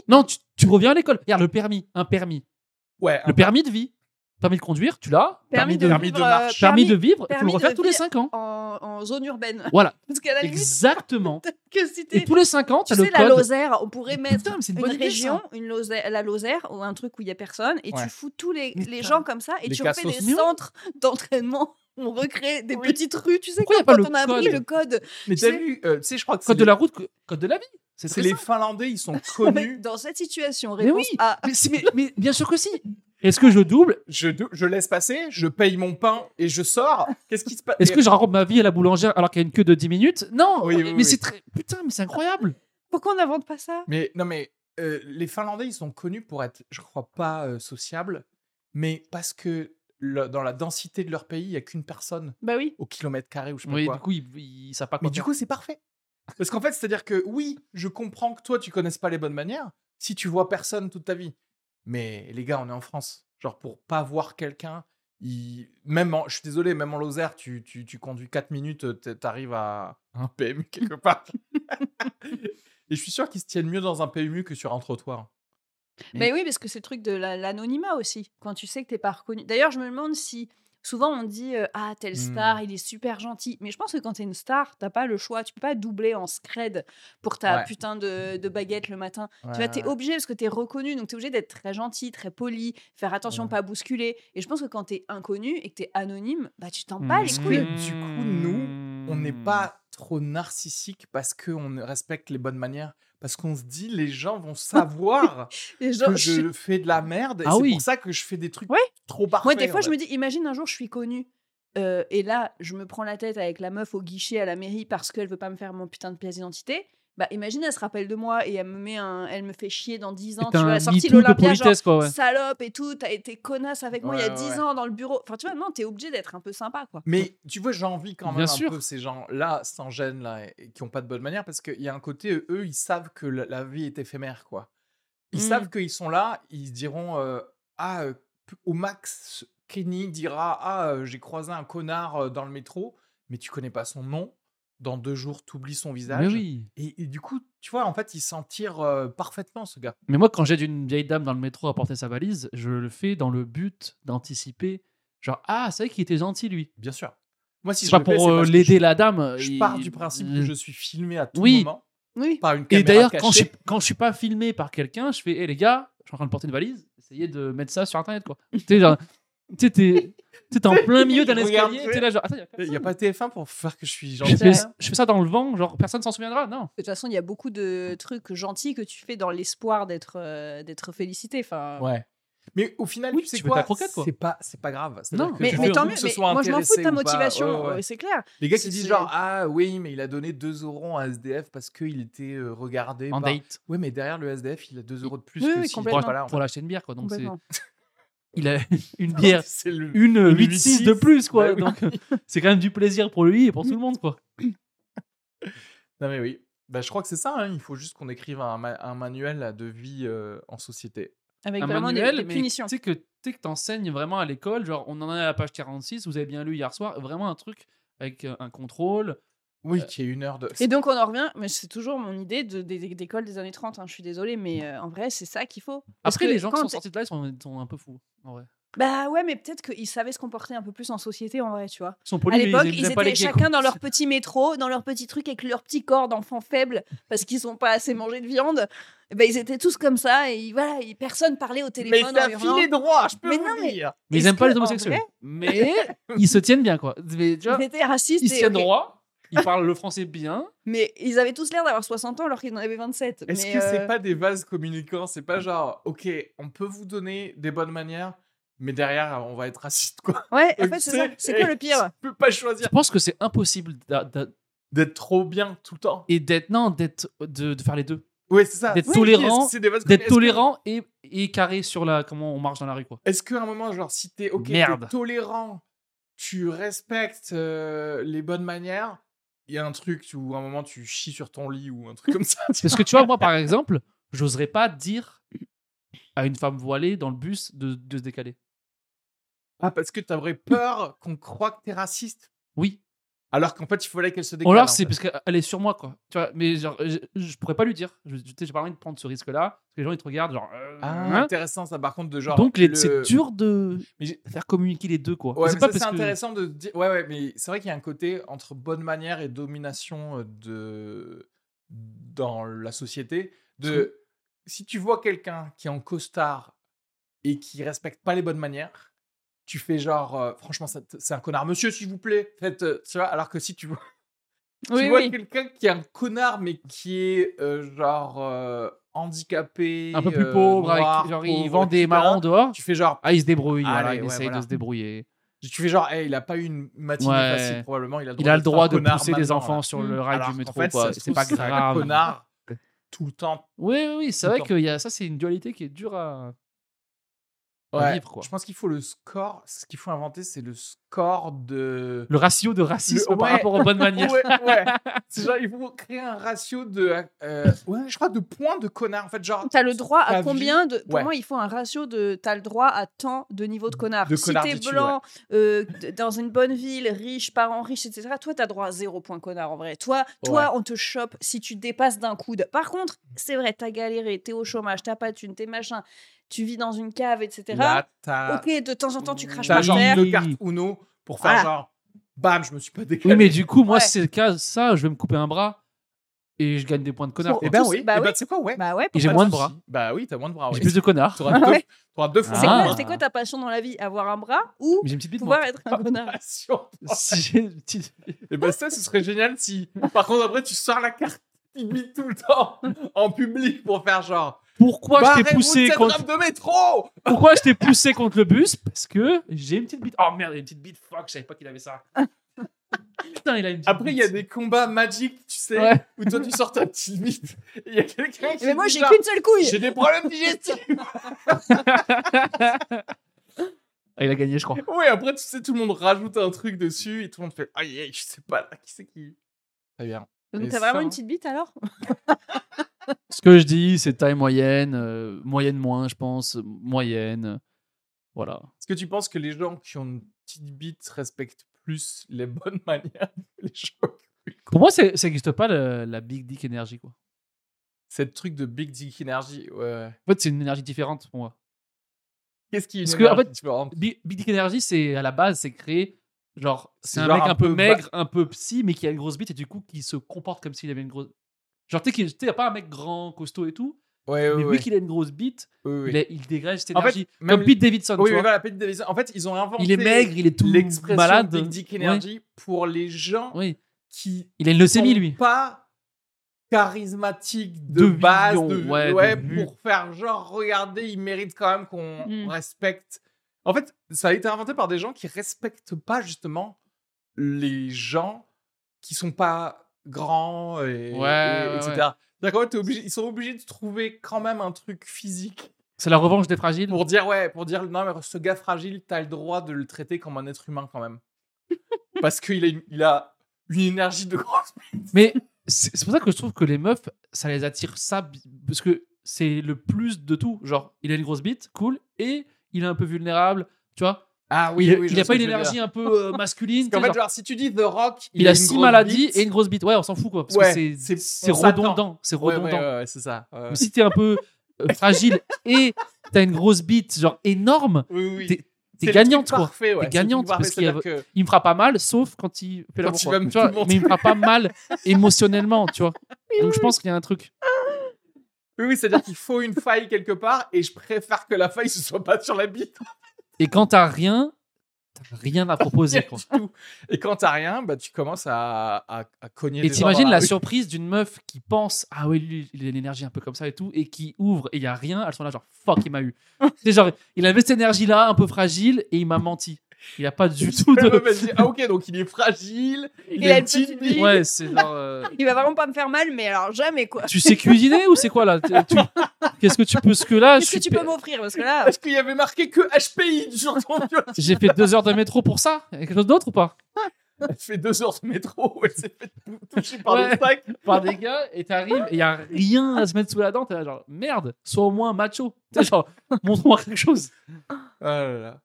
[SPEAKER 3] non, tu, tu reviens à l'école. Regarde le permis, un permis,
[SPEAKER 1] Ouais, hein. un-
[SPEAKER 3] le permis de vie. Permis de conduire, tu l'as.
[SPEAKER 2] Permis, de,
[SPEAKER 1] permis de
[SPEAKER 2] vivre,
[SPEAKER 1] marche.
[SPEAKER 2] euh, permis
[SPEAKER 3] Permis, de vivre, il faut
[SPEAKER 2] permis
[SPEAKER 3] le
[SPEAKER 2] de
[SPEAKER 3] refaire tous les
[SPEAKER 2] vivre.
[SPEAKER 3] 5 ans.
[SPEAKER 2] en, en zone urbaine.
[SPEAKER 3] Voilà,
[SPEAKER 2] Parce qu'à la limite,
[SPEAKER 3] exactement.
[SPEAKER 2] que si t'es-
[SPEAKER 3] Et tous les 5 ans, tu
[SPEAKER 2] tu
[SPEAKER 3] as
[SPEAKER 2] sais,
[SPEAKER 3] le
[SPEAKER 2] la
[SPEAKER 3] code.
[SPEAKER 2] Lozère, on pourrait
[SPEAKER 3] Mais
[SPEAKER 2] mettre
[SPEAKER 3] putain, mais c'est une
[SPEAKER 2] une,
[SPEAKER 3] bonne idée,
[SPEAKER 2] région, une Lozère, la Lozère, ou un truc où il n'y a personne, et
[SPEAKER 1] Ouais.
[SPEAKER 2] tu fous tous les,
[SPEAKER 3] Mais
[SPEAKER 2] les
[SPEAKER 3] t'as-
[SPEAKER 2] gens comme ça, et
[SPEAKER 1] Les
[SPEAKER 2] tu refais
[SPEAKER 1] cassos.
[SPEAKER 2] des centres d'entraînement. où On recrée des petites rues, tu sais,
[SPEAKER 3] Pourquoi y
[SPEAKER 2] comme
[SPEAKER 3] a pas
[SPEAKER 2] quand
[SPEAKER 3] le
[SPEAKER 2] on a appris
[SPEAKER 3] code
[SPEAKER 2] le code
[SPEAKER 1] Mais
[SPEAKER 2] Tu
[SPEAKER 1] t'as
[SPEAKER 2] sais-
[SPEAKER 1] vu, euh, tu sais, je crois que c'est
[SPEAKER 3] Code de
[SPEAKER 1] les,
[SPEAKER 3] la route, code de la vie. C'est
[SPEAKER 1] c'est
[SPEAKER 3] très
[SPEAKER 1] les
[SPEAKER 3] simple.
[SPEAKER 1] Finlandais, ils sont connus.
[SPEAKER 2] dans cette situation.
[SPEAKER 3] Mais
[SPEAKER 2] Réponse
[SPEAKER 3] oui.
[SPEAKER 2] A.
[SPEAKER 3] Mais, si- mais- mais bien sûr que si. Est-ce que je double
[SPEAKER 1] je, dou- je laisse passer, je paye mon pain et je sors. Qu'est-ce qui se passe
[SPEAKER 3] Est-ce que je raconte ma vie à la boulangère alors qu'il y a une queue de 10 minutes Non,
[SPEAKER 1] Oui, oui,
[SPEAKER 3] mais
[SPEAKER 1] oui.
[SPEAKER 3] c'est très. Putain, mais c'est incroyable.
[SPEAKER 2] Pourquoi on n'invente pas ça
[SPEAKER 1] Mais non, mais euh, les Finlandais, ils sont connus pour être, je crois pas, euh, sociables, mais parce que le- dans la densité de leur pays, il y a qu'une personne
[SPEAKER 2] Bah oui.
[SPEAKER 1] au kilomètre carré ou je sais pas
[SPEAKER 3] Oui,
[SPEAKER 1] quoi.
[SPEAKER 3] du coup, ils, ils savent pas quoi.
[SPEAKER 1] mais du
[SPEAKER 3] faire.
[SPEAKER 1] coup, c'est parfait. Ah, Parce qu'en fait, c'est-à-dire que oui, je comprends que toi, tu connaisses pas les bonnes manières si tu vois personne toute ta vie. Mais les gars, on est en France. Genre, pour pas voir quelqu'un, il... même en... je suis désolé, même en Lozère, tu, tu, tu conduis 4 minutes, euh, t- t'arrives à un PMU quelque part. Et je suis sûr qu'ils se tiennent mieux dans un PMU que sur un trottoir. Mm.
[SPEAKER 2] Mais oui, parce que c'est le truc de la- l'anonymat aussi, quand tu sais que t'es pas reconnu. D'ailleurs, je me demande si. Souvent, on dit euh, Ah,
[SPEAKER 1] Mm.
[SPEAKER 2] tel star, il est super gentil. Mais je pense que quand t'es une star, t'as pas le choix. Tu peux pas doubler en scred pour ta
[SPEAKER 1] Ouais.
[SPEAKER 2] putain de, de baguette le matin.
[SPEAKER 1] Ouais,
[SPEAKER 2] tu vois, t'es
[SPEAKER 1] hein. ouais.
[SPEAKER 2] obligé parce que t'es reconnu. Donc, t'es obligé d'être très gentil, très poli, faire attention,
[SPEAKER 1] Ouais.
[SPEAKER 2] pas bousculer. Et je pense que quand t'es inconnu et que t'es anonyme, bah, tu t'en bats les
[SPEAKER 1] Mmh.
[SPEAKER 2] couilles.
[SPEAKER 1] Du coup, nous, on
[SPEAKER 3] Mmh.
[SPEAKER 1] n'est pas trop narcissique parce qu'on respecte les bonnes manières. Parce qu'on se dit, les gens vont savoir
[SPEAKER 2] Et genre,
[SPEAKER 1] que je fais de la merde. et
[SPEAKER 3] Ah
[SPEAKER 1] c'est
[SPEAKER 3] oui.
[SPEAKER 1] pour ça que je fais des trucs
[SPEAKER 2] Ouais.
[SPEAKER 1] trop parfaits.
[SPEAKER 2] Moi, des fois,
[SPEAKER 1] en
[SPEAKER 2] je me dis, imagine un jour, je suis connue. euh, et là, je me prends la tête avec la meuf au guichet à la mairie parce qu'elle veut pas me faire mon putain de pièce d'identité. Bah, imagine, elle se rappelle de moi et elle me met un, elle me fait chier dans 10 ans.
[SPEAKER 3] T'as
[SPEAKER 2] Tu vois,
[SPEAKER 3] un
[SPEAKER 2] elle sortie
[SPEAKER 3] MeToo de
[SPEAKER 2] l'Olympia, genre
[SPEAKER 3] politesse, quoi. ouais.
[SPEAKER 2] salope et tout, t'as été connasse avec moi il y
[SPEAKER 1] Ouais,
[SPEAKER 2] a
[SPEAKER 1] ouais,
[SPEAKER 2] 10
[SPEAKER 1] ouais.
[SPEAKER 2] ans dans le bureau. Enfin, tu vois, non, t'es obligé d'être un peu sympa, quoi.
[SPEAKER 1] Mais tu vois, j'ai envie quand même
[SPEAKER 3] Bien
[SPEAKER 1] un
[SPEAKER 3] sûr.
[SPEAKER 1] peu ces gens-là, sans gêne, là, et- et qui n'ont pas de bonne manière, parce qu'il y a un côté, eux, ils savent que la, la vie est éphémère, quoi. Ils
[SPEAKER 2] Mm.
[SPEAKER 3] Mmh.
[SPEAKER 1] savent qu'ils sont là, ils se diront, euh, ah, euh, p- au max, Kenny dira, ah, euh, j'ai croisé un connard euh, dans le métro, mais tu connais pas son nom. Dans deux jours, tu oublies son
[SPEAKER 3] Mais
[SPEAKER 1] visage.
[SPEAKER 3] oui.
[SPEAKER 1] Et, et du coup, tu vois, en fait, il s'en tire euh, parfaitement, ce gars.
[SPEAKER 3] Mais moi, quand j'aide une vieille dame dans le métro à porter sa valise, je le fais dans le but d'anticiper. Genre, ah, c'est vrai qu'il était gentil, lui.
[SPEAKER 1] Bien sûr. Moi, si
[SPEAKER 3] C'est
[SPEAKER 1] je
[SPEAKER 3] pas
[SPEAKER 1] le fais,
[SPEAKER 3] pour
[SPEAKER 1] c'est
[SPEAKER 3] euh,
[SPEAKER 1] parce que
[SPEAKER 3] l'aider
[SPEAKER 1] je-
[SPEAKER 3] la dame.
[SPEAKER 1] Je
[SPEAKER 3] il-
[SPEAKER 1] pars du principe que je suis filmé à tout
[SPEAKER 3] Oui.
[SPEAKER 1] moment
[SPEAKER 2] Oui.
[SPEAKER 1] par une
[SPEAKER 3] Et
[SPEAKER 1] caméra
[SPEAKER 3] d'ailleurs, quand je,
[SPEAKER 1] cachée.
[SPEAKER 3] suis- quand je suis pas filmé par quelqu'un, je fais, hé les gars, je suis en train de porter une valise, essayez de mettre ça sur internet, quoi. tu sais, genre, tu sais, t'es t'es en plein milieu d'un
[SPEAKER 1] Je regarde,
[SPEAKER 3] escalier,
[SPEAKER 1] tu
[SPEAKER 3] t'es là, genre, attends, y a
[SPEAKER 1] Il n'y a
[SPEAKER 3] personne.
[SPEAKER 1] pas TF1 pour faire que je suis
[SPEAKER 3] je,
[SPEAKER 1] gentil. hein.
[SPEAKER 3] fais,
[SPEAKER 2] Ouais.
[SPEAKER 3] hein. je fais ça dans le vent, genre, personne s'en souviendra, non.
[SPEAKER 2] De toute façon, il y a beaucoup de trucs gentils que tu fais dans l'espoir d'être euh, d'être félicité. Enfin,
[SPEAKER 1] Ouais. Mais au final,
[SPEAKER 3] Oui,
[SPEAKER 1] tu sais
[SPEAKER 3] tu veux
[SPEAKER 1] quoi,
[SPEAKER 3] ta croquette, quoi.
[SPEAKER 1] C'est pas, c'est pas grave. C'est-à-dire
[SPEAKER 3] Non.
[SPEAKER 1] que
[SPEAKER 2] Mais,
[SPEAKER 1] tu
[SPEAKER 2] mais
[SPEAKER 1] t'en
[SPEAKER 2] tant
[SPEAKER 1] fous
[SPEAKER 2] mieux,
[SPEAKER 1] que ce
[SPEAKER 2] mais
[SPEAKER 1] soit
[SPEAKER 2] moi je m'en fous de
[SPEAKER 1] intéressé
[SPEAKER 2] ta
[SPEAKER 1] ou pas.
[SPEAKER 2] motivation,
[SPEAKER 1] Ouais, ouais, ouais.
[SPEAKER 2] euh, c'est clair.
[SPEAKER 1] Les gars
[SPEAKER 2] C'est-
[SPEAKER 1] qui disent
[SPEAKER 2] c'est-
[SPEAKER 1] genre ah oui mais il a donné 2 euros à un SDF parce qu'il était euh, regardé.
[SPEAKER 3] En
[SPEAKER 1] par-
[SPEAKER 3] date,
[SPEAKER 1] Ouais mais derrière le SDF il a 2 euros de plus
[SPEAKER 2] Oui,
[SPEAKER 1] que
[SPEAKER 2] oui,
[SPEAKER 1] s'il
[SPEAKER 2] complètement.
[SPEAKER 1] était
[SPEAKER 3] pour,
[SPEAKER 1] pas là. en
[SPEAKER 3] pour l'acheter une bière, quoi. Donc, c'est-
[SPEAKER 2] Complètement.
[SPEAKER 3] il a une
[SPEAKER 1] fait.
[SPEAKER 3] bière,
[SPEAKER 1] C'est le-
[SPEAKER 3] une
[SPEAKER 1] Le
[SPEAKER 3] 8-6 de plus, quoi.
[SPEAKER 1] Bah oui.
[SPEAKER 3] Donc, euh, c'est quand même du plaisir pour lui et pour tout le monde, quoi.
[SPEAKER 1] Non mais oui. Bah, je crois que c'est ça. hein. Il faut juste qu'on écrive un, ma- un manuel de vie euh, en société.
[SPEAKER 2] Avec
[SPEAKER 3] un
[SPEAKER 2] vraiment des-
[SPEAKER 3] manuel,
[SPEAKER 2] des
[SPEAKER 3] mais
[SPEAKER 2] punitions.
[SPEAKER 3] Tu sais que tu enseignes vraiment à l'école, genre on en est à la page 46, vous avez bien lu hier soir, vraiment un truc avec euh, un contrôle.
[SPEAKER 1] Oui, Euh, qui est une heure de.
[SPEAKER 2] Et donc on en revient, mais c'est toujours mon idée de, des- des- d'école des années 30, hein, je suis désolée, mais euh, en vrai c'est ça qu'il faut. Parce
[SPEAKER 3] Après,
[SPEAKER 2] que
[SPEAKER 3] les gens qui
[SPEAKER 2] quand
[SPEAKER 3] sont
[SPEAKER 2] t'es-
[SPEAKER 3] sortis de là, ils sont, ils sont un peu fous. En vrai.
[SPEAKER 2] Bah ouais, mais peut-être qu'ils savaient se comporter un peu plus en société en vrai, tu vois.
[SPEAKER 3] Ils sont polis,
[SPEAKER 2] À
[SPEAKER 3] mais
[SPEAKER 2] l'époque,
[SPEAKER 3] aiment-
[SPEAKER 2] ils
[SPEAKER 3] aiment pas les
[SPEAKER 2] étaient
[SPEAKER 3] gays,
[SPEAKER 2] chacun
[SPEAKER 3] quoi.
[SPEAKER 2] dans leur petit métro, dans leur petit truc avec leur petit corps d'enfant faible parce qu'ils n'ont pas assez mangé de viande. Et ben, ils étaient tous comme ça et ils- voilà, et personne parlait au
[SPEAKER 1] Mais
[SPEAKER 2] téléphone en
[SPEAKER 1] ça
[SPEAKER 2] hurlant.
[SPEAKER 1] filé droit, je peux
[SPEAKER 2] Mais
[SPEAKER 1] vous
[SPEAKER 2] non,
[SPEAKER 1] le
[SPEAKER 2] mais-
[SPEAKER 1] dire.
[SPEAKER 3] Mais ils
[SPEAKER 2] Est-ce
[SPEAKER 3] aiment pas
[SPEAKER 2] que, euh,
[SPEAKER 3] les
[SPEAKER 2] en
[SPEAKER 3] homosexuels.
[SPEAKER 2] vrai,
[SPEAKER 3] Mais ils se tiennent bien, quoi. Mais, tu vois,
[SPEAKER 2] Ils étaient racistes.
[SPEAKER 3] ils se
[SPEAKER 2] et-
[SPEAKER 3] tiennent
[SPEAKER 2] ok.
[SPEAKER 3] droit, ils parlent le français bien.
[SPEAKER 2] Mais ils avaient tous l'air d'avoir 60 ans alors qu'ils en avaient 27.
[SPEAKER 1] Est-ce
[SPEAKER 2] mais,
[SPEAKER 1] que c'est
[SPEAKER 2] euh,
[SPEAKER 1] pas des vases communicants C'est pas genre, ok, on peut vous donner des bonnes manières, mais derrière, on va être raciste, quoi.
[SPEAKER 2] Ouais, en
[SPEAKER 1] Et
[SPEAKER 2] fait,
[SPEAKER 1] tu
[SPEAKER 2] c'est
[SPEAKER 1] sais,
[SPEAKER 2] ça. C'est quoi
[SPEAKER 1] et
[SPEAKER 2] le pire
[SPEAKER 1] Tu peux pas
[SPEAKER 3] Je
[SPEAKER 1] choisir
[SPEAKER 3] pense que c'est impossible d'a- d'a-
[SPEAKER 1] d'être trop bien tout le temps.
[SPEAKER 3] et d'être non d'être de, de faire les deux,
[SPEAKER 1] Ouais, c'est ça.
[SPEAKER 3] D'être
[SPEAKER 1] Oui,
[SPEAKER 3] tolérant,
[SPEAKER 1] est-ce que c'est des vases
[SPEAKER 3] d'être
[SPEAKER 1] communicants
[SPEAKER 3] tolérant et, et carré sur la comment on marche dans la rue, quoi.
[SPEAKER 1] Est-ce que- est-ce qu'à un moment, genre, si t'es ok, t'es
[SPEAKER 3] Merde.
[SPEAKER 1] tolérant, tu respectes euh, les bonnes manières, il y a un truc où à un moment tu chies sur ton lit ou un truc comme ça.
[SPEAKER 3] Parce que tu vois, moi, par exemple, j'oserais pas dire à une femme voilée dans le bus de, de se décaler.
[SPEAKER 1] Ah, parce que t'aurais peur qu'on croit que t'es raciste.
[SPEAKER 3] Oui.
[SPEAKER 1] Alors qu'en fait, il fallait qu'elle se décale.
[SPEAKER 3] Ou
[SPEAKER 1] en
[SPEAKER 3] alors, Oh c'est
[SPEAKER 1] fait.
[SPEAKER 3] parce qu'elle est sur moi, quoi. Tu vois, mais genre, je, je pourrais pas lui dire. Je, je- tu sais, j'ai pas envie de prendre ce risque-là. Parce que les gens, ils te regardent, genre. euh,
[SPEAKER 1] Ah,
[SPEAKER 3] hein.
[SPEAKER 1] intéressant ça par contre de genre.
[SPEAKER 3] Donc, les-
[SPEAKER 1] le-
[SPEAKER 3] c'est dur de
[SPEAKER 1] Mais j'ai-
[SPEAKER 3] faire communiquer les deux, quoi.
[SPEAKER 1] Ouais,
[SPEAKER 3] c'est
[SPEAKER 1] mais
[SPEAKER 3] pas
[SPEAKER 1] ça, c'est
[SPEAKER 3] parce que-
[SPEAKER 1] intéressant de dire. Ouais, ouais, mais c'est vrai qu'il y a un côté entre bonne manière et domination euh, de dans la société. De si tu vois quelqu'un qui est en costard et qui respecte pas les bonnes manières, tu fais genre euh, franchement ça te- c'est un connard, monsieur s'il vous plaît. Faites, euh, tu vois, alors que si tu vois, tu
[SPEAKER 2] Oui,
[SPEAKER 1] vois
[SPEAKER 2] oui.
[SPEAKER 1] quelqu'un qui est un connard mais qui est euh, genre euh, handicapé,
[SPEAKER 3] Un peu plus
[SPEAKER 1] euh,
[SPEAKER 3] pauvre, avec-
[SPEAKER 1] noir,
[SPEAKER 3] genre, il
[SPEAKER 1] pauvre,
[SPEAKER 3] vend des
[SPEAKER 1] etc.,
[SPEAKER 3] marrons dehors.
[SPEAKER 1] Tu fais genre
[SPEAKER 3] Ah, il se débrouille,
[SPEAKER 1] Allez,
[SPEAKER 3] voilà, il
[SPEAKER 1] ouais,
[SPEAKER 3] essaye
[SPEAKER 1] voilà.
[SPEAKER 3] de se débrouiller.
[SPEAKER 1] Tu fais genre, hey, il a pas eu une matinée
[SPEAKER 3] Ouais.
[SPEAKER 1] facile, probablement. Il a le droit,
[SPEAKER 3] Il a le
[SPEAKER 1] d'être un
[SPEAKER 3] droit de
[SPEAKER 1] connard
[SPEAKER 3] pousser des
[SPEAKER 1] maintenant,
[SPEAKER 3] enfants
[SPEAKER 1] là. Mmh.
[SPEAKER 3] sur
[SPEAKER 2] Mm.
[SPEAKER 3] le rail
[SPEAKER 1] Alors
[SPEAKER 3] du
[SPEAKER 1] qu'en
[SPEAKER 3] métro,
[SPEAKER 1] fait, ça
[SPEAKER 3] quoi.
[SPEAKER 1] se
[SPEAKER 3] C'est
[SPEAKER 1] trouve,
[SPEAKER 3] pas
[SPEAKER 1] c'est un
[SPEAKER 3] grave.
[SPEAKER 1] connard tout le temps.
[SPEAKER 3] Oui, oui, oui, c'est
[SPEAKER 1] Tout le
[SPEAKER 3] vrai
[SPEAKER 1] temps.
[SPEAKER 3] que y a, ça, c'est une dualité qui est dure à, à
[SPEAKER 1] Ouais.
[SPEAKER 3] vivre, quoi.
[SPEAKER 1] Je pense qu'il faut le score. Ce qu'il faut inventer, c'est le score de.
[SPEAKER 3] Le ratio de racisme
[SPEAKER 1] Le-
[SPEAKER 3] par
[SPEAKER 1] ouais.
[SPEAKER 3] rapport aux bonnes manières.
[SPEAKER 1] Ouais, ouais. C'est genre, il faut créer un ratio de. euh, ouais, je crois, de points de connard. En fait, genre.
[SPEAKER 2] Ah, T'as le droit
[SPEAKER 1] ta
[SPEAKER 2] à
[SPEAKER 1] vie-
[SPEAKER 2] combien de. Pour
[SPEAKER 1] Ouais.
[SPEAKER 2] moi, il faut un ratio de. T'as le droit à tant de niveau de connard.
[SPEAKER 1] De
[SPEAKER 2] si
[SPEAKER 1] connard
[SPEAKER 2] t'es
[SPEAKER 1] d'études,
[SPEAKER 2] blanc, euh, d- dans une bonne ville, riche, parents riches, etc., toi, t'as droit à zéro point connard en vrai. Toi, toi on te chope si tu dépasses d'un coude. Par contre, c'est vrai, t'as galéré, t'es au chômage, t'as pas de thune, t'es machin, tu vis dans une cave, etc.
[SPEAKER 1] Là, Bah, t'as.
[SPEAKER 2] ok, de temps en temps, tu craches
[SPEAKER 1] t'as
[SPEAKER 2] par
[SPEAKER 1] genre
[SPEAKER 2] terre.
[SPEAKER 1] deux cartes Uno pour faire
[SPEAKER 2] Voilà.
[SPEAKER 1] genre. Bam, je me suis pas décalé.
[SPEAKER 3] Oui, mais du coup, moi,
[SPEAKER 2] Ouais.
[SPEAKER 3] si c'est le cas, ça, je vais me couper un bras et je gagne des points de connard.
[SPEAKER 2] Pour-
[SPEAKER 1] Eh ben
[SPEAKER 2] tous-
[SPEAKER 1] oui.
[SPEAKER 2] bah
[SPEAKER 1] eh ben,
[SPEAKER 2] oui.
[SPEAKER 1] tu sais quoi, ouais.
[SPEAKER 2] Bah ouais,
[SPEAKER 3] Et j'ai
[SPEAKER 1] Pas
[SPEAKER 3] moins de
[SPEAKER 1] souci.
[SPEAKER 3] bras.
[SPEAKER 1] Bah oui, t'as moins de bras.
[SPEAKER 3] J'ai
[SPEAKER 1] Ouais.
[SPEAKER 3] plus de connards.
[SPEAKER 1] T'auras deux,
[SPEAKER 2] Ouais.
[SPEAKER 1] t'auras deux fois.
[SPEAKER 2] c'est
[SPEAKER 3] Ah.
[SPEAKER 2] quoi, c'est quoi ta passion dans la vie Avoir un bras ou
[SPEAKER 3] Mais j'ai une petite bite, moi.
[SPEAKER 2] pouvoir être un connard
[SPEAKER 3] Si j'ai une petite-
[SPEAKER 1] Et ben ça, ce serait génial si. Par contre, après, tu sors la carte Tipeee tout le temps en public pour faire genre. bah,
[SPEAKER 3] Pourquoi je t'ai
[SPEAKER 1] Barrez-vous de
[SPEAKER 3] poussé
[SPEAKER 1] cette
[SPEAKER 3] contre...
[SPEAKER 1] rame de métro
[SPEAKER 3] Pourquoi je t'ai poussé contre le bus Parce que j'ai une petite bite. Oh merde, il a une petite bite. Fuck, je savais pas qu'il avait ça. Putain, il a une petite
[SPEAKER 1] Après, il y a
[SPEAKER 3] bite.
[SPEAKER 1] des combats magiques, tu sais,
[SPEAKER 3] Ouais.
[SPEAKER 1] où toi tu sors ta petite bite. et Il y a quelqu'un qui.
[SPEAKER 2] Mais Eh ben, moi,
[SPEAKER 1] dit
[SPEAKER 2] j'ai
[SPEAKER 1] genre,
[SPEAKER 2] qu'une seule couille
[SPEAKER 1] Eh ben, J'ai des problèmes digestifs.
[SPEAKER 3] Ah, il a gagné, je crois.
[SPEAKER 1] oui, après, tu sais, tout le monde rajoute un truc dessus et tout le monde fait. Aïe, aïe, je sais pas là, qui c'est qui. Très bien. Et
[SPEAKER 2] Donc
[SPEAKER 1] ça,
[SPEAKER 2] t'as vraiment
[SPEAKER 1] hein.
[SPEAKER 2] une petite bite alors
[SPEAKER 3] Ce que je dis, c'est taille moyenne, euh, moyenne moins, je pense, euh, moyenne. Voilà.
[SPEAKER 1] Est-ce que tu penses que les gens qui ont une petite bite respectent plus les bonnes manières que les gens
[SPEAKER 3] Pour moi, c'est- ça n'existe pas le- la big dick énergie, quoi.
[SPEAKER 1] Cette truc de Big Dick Energy, ouais, ouais.
[SPEAKER 3] En fait, c'est une énergie différente pour moi.
[SPEAKER 1] Qu'est-ce qui est une
[SPEAKER 3] Parce que, en
[SPEAKER 1] énergie
[SPEAKER 3] fait,
[SPEAKER 1] différente
[SPEAKER 3] Big, Big Dick Energy, c'est à la base, c'est créé genre c'est
[SPEAKER 1] C'est
[SPEAKER 3] un
[SPEAKER 1] genre
[SPEAKER 3] mec
[SPEAKER 1] un
[SPEAKER 3] un peu
[SPEAKER 1] peu
[SPEAKER 3] maigre, un peu psy, mais qui a une grosse bite et du coup qui se comporte comme s'il avait une grosse. Genre tu sais qu'il- tu sais, y a pas un mec grand, costaud et tout,
[SPEAKER 1] Ouais, ouais,
[SPEAKER 3] mais
[SPEAKER 1] ouais.
[SPEAKER 3] vu qu'il a une grosse bite,
[SPEAKER 1] Oui, Eh oui.
[SPEAKER 3] il, a- il dégage cette
[SPEAKER 1] En fait,
[SPEAKER 3] énergie.
[SPEAKER 1] même-
[SPEAKER 3] Comme Pete Davidson,
[SPEAKER 1] Oui,
[SPEAKER 3] tu
[SPEAKER 1] mais
[SPEAKER 3] vois.
[SPEAKER 1] voilà, Pete Davidson. En fait, ils ont inventé
[SPEAKER 3] Il est maigre, il est tout
[SPEAKER 1] l'expression
[SPEAKER 3] malade.
[SPEAKER 1] Big Dick Energy pour les gens
[SPEAKER 3] Ouais, oui.
[SPEAKER 1] qui
[SPEAKER 3] Il a une leucémie
[SPEAKER 1] sont
[SPEAKER 3] lui.
[SPEAKER 1] pas charismatiques de,
[SPEAKER 3] De
[SPEAKER 1] base,
[SPEAKER 3] vision,
[SPEAKER 1] de-
[SPEAKER 3] ouais, de vue.
[SPEAKER 1] pour faire genre, regardez, ils méritent quand même qu'on
[SPEAKER 2] Mm.
[SPEAKER 1] respecte. En fait, ça a été inventé par des gens qui respectent pas justement les gens qui sont pas grands et,
[SPEAKER 3] Ouais,
[SPEAKER 1] et-
[SPEAKER 3] ouais,
[SPEAKER 1] etc.
[SPEAKER 3] ouais.
[SPEAKER 1] C'est-à-dire qu'en fait, t'es obligé- ils sont obligés de trouver quand même un truc physique
[SPEAKER 3] C'est la revanche des fragiles.
[SPEAKER 1] pour dire, ouais, pour dire, non, mais ce gars fragile, t'as le droit de le traiter comme un être humain quand même. Parce qu'il a, une- il a une énergie de grosse.
[SPEAKER 3] Mais c'est c'est pour ça que je trouve que les meufs, ça les attire ça bi- parce que c'est le plus de tout. Genre, il a une grosse bite, cool, et il est un peu vulnérable, tu vois.
[SPEAKER 1] Ah
[SPEAKER 3] il il a pas une énergie un peu euh, masculine. tu
[SPEAKER 1] Parce
[SPEAKER 3] sais,
[SPEAKER 1] qu'en fait,
[SPEAKER 3] genre,
[SPEAKER 1] genre, si tu dis The Rock, il,
[SPEAKER 3] il a
[SPEAKER 1] une
[SPEAKER 3] six
[SPEAKER 1] grosse
[SPEAKER 3] maladies
[SPEAKER 1] bite,
[SPEAKER 3] et une grosse bite. Ouais, on s'en fout quoi. Parce
[SPEAKER 1] Ouais,
[SPEAKER 3] que c'est
[SPEAKER 1] c'est-
[SPEAKER 3] c'est
[SPEAKER 1] on s'attend.
[SPEAKER 3] redondant. C'est
[SPEAKER 1] Ouais,
[SPEAKER 3] redondant.
[SPEAKER 1] ouais, ouais, ouais, c'est ça. ouais.
[SPEAKER 3] Mais si t'es un peu euh, fragile et t'as une grosse bite, genre énorme,
[SPEAKER 1] Oui, oui, oui.
[SPEAKER 3] t'es-
[SPEAKER 1] C'est
[SPEAKER 3] t'es
[SPEAKER 1] le
[SPEAKER 3] gagnante
[SPEAKER 1] truc
[SPEAKER 3] quoi.
[SPEAKER 1] Parfait, ouais. C'est
[SPEAKER 3] T'es
[SPEAKER 1] le truc
[SPEAKER 3] gagnante,
[SPEAKER 1] parfait,
[SPEAKER 3] parce qu'il y a-
[SPEAKER 1] c'est-à-dire que-
[SPEAKER 3] Il me fera pas mal, sauf quand il fait la
[SPEAKER 1] Quand il va
[SPEAKER 3] quoi.
[SPEAKER 1] me
[SPEAKER 3] Tu vois,
[SPEAKER 1] tout montrer.
[SPEAKER 3] mais il me fera pas mal émotionnellement, tu vois. Donc je pense qu'il y a un truc.
[SPEAKER 1] Oui, oui, c'est-à-dire qu'il faut une faille quelque part et je préfère que la faille se soit pas sur la bite.
[SPEAKER 3] Et quand t'as rien, t'as rien à proposer. quoi.
[SPEAKER 1] Et quand t'as rien, bah, tu commences à, à, à cogner.
[SPEAKER 3] Et
[SPEAKER 1] des gens
[SPEAKER 3] t'imagines
[SPEAKER 1] dans
[SPEAKER 3] la
[SPEAKER 1] rue.
[SPEAKER 3] surprise d'une meuf qui pense Ah ouais, lui, il a l'énergie un peu comme ça et tout, et qui ouvre et il y a rien, elles sont là genre Fuck, il m'a eu. C'est genre, il avait cette énergie là, un peu fragile, et il m'a menti. Il a pas du tout
[SPEAKER 1] La meuf,
[SPEAKER 3] de.
[SPEAKER 1] elle se dit, ah ok, donc il est fragile, il,
[SPEAKER 2] Il
[SPEAKER 1] est
[SPEAKER 2] a une
[SPEAKER 1] petit,
[SPEAKER 2] petite bite.
[SPEAKER 3] Ouais, c'est genre. euh,
[SPEAKER 2] Il va vraiment pas me faire mal, mais alors jamais quoi.
[SPEAKER 3] Tu sais cuisiner ou c'est quoi là Tu- tu- Qu'est-ce que tu peux ce que là je
[SPEAKER 2] Qu'est-ce que tu
[SPEAKER 3] suis pa-
[SPEAKER 2] peux m'offrir Parce que là,
[SPEAKER 1] Parce qu'il y avait marqué que HPI sur ton viol.
[SPEAKER 3] J'ai fait deux heures de métro pour ça Il y a quelque chose d'autre ou pas
[SPEAKER 1] Elle fait deux heures de métro où elle s'est fait tou- toucher par
[SPEAKER 3] Ouais.
[SPEAKER 1] le sac.
[SPEAKER 3] Par des gars, et t'arrives, et il y a rien à se mettre sous la dent, t'es là genre Merde, sois au moins macho. Tu sais, genre, montre-moi quelque chose.
[SPEAKER 1] Ah Oh là là.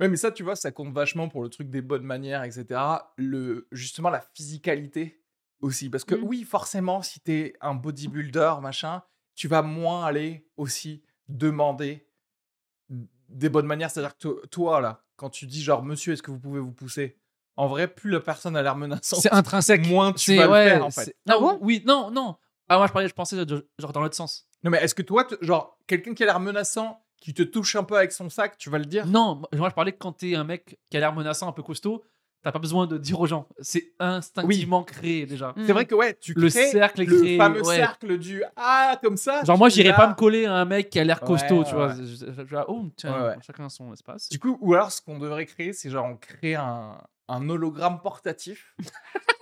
[SPEAKER 1] Ouais, mais ça, tu vois, ça compte vachement pour le truc des bonnes manières, etc. Le, justement, la physicalité aussi. Parce que
[SPEAKER 3] Mmh.
[SPEAKER 2] Mm.
[SPEAKER 1] oui, forcément, si t'es un bodybuilder, machin, tu vas moins aller aussi demander des bonnes manières. C'est-à-dire que to- toi, là, quand tu dis genre, monsieur, est-ce que vous pouvez vous pousser En vrai, plus la personne a l'air menaçante,
[SPEAKER 3] C'est intrinsèque.
[SPEAKER 1] moins tu
[SPEAKER 3] C'est
[SPEAKER 1] vas
[SPEAKER 3] ouais,
[SPEAKER 1] le faire, en fait.
[SPEAKER 3] c'est- Non,
[SPEAKER 2] Ah bon
[SPEAKER 3] oui, non, non. Ah moi je parlais, je pensais de- genre dans l'autre sens.
[SPEAKER 1] Non, mais est-ce que toi, t- genre, quelqu'un qui a l'air menaçant, qui te touche un peu avec son sac, tu vas le dire
[SPEAKER 3] Non, moi moi, je parlais que quand t'es un mec qui a l'air menaçant, un peu costaud, t'as pas besoin de dire aux gens. C'est instinctivement créé déjà.
[SPEAKER 1] C'est vrai que ouais, tu
[SPEAKER 3] Mmh. Le
[SPEAKER 1] crées
[SPEAKER 3] cercle est
[SPEAKER 1] Mmh. le
[SPEAKER 3] créé,
[SPEAKER 1] fameux
[SPEAKER 3] ouais.
[SPEAKER 1] cercle du ah comme ça.
[SPEAKER 3] Genre moi
[SPEAKER 1] tu
[SPEAKER 3] j'irais
[SPEAKER 1] vas-
[SPEAKER 3] pas me coller à un mec qui a l'air
[SPEAKER 1] Ouais,
[SPEAKER 3] costaud,
[SPEAKER 1] ouais,
[SPEAKER 3] tu vois.
[SPEAKER 1] ouais.
[SPEAKER 3] Je, je- je- je- oh, tiens,
[SPEAKER 1] Ouais, ouais.
[SPEAKER 3] chacun son espace.
[SPEAKER 1] Du coup, ou alors ce qu'on devrait créer, c'est genre on crée un, un hologramme portatif.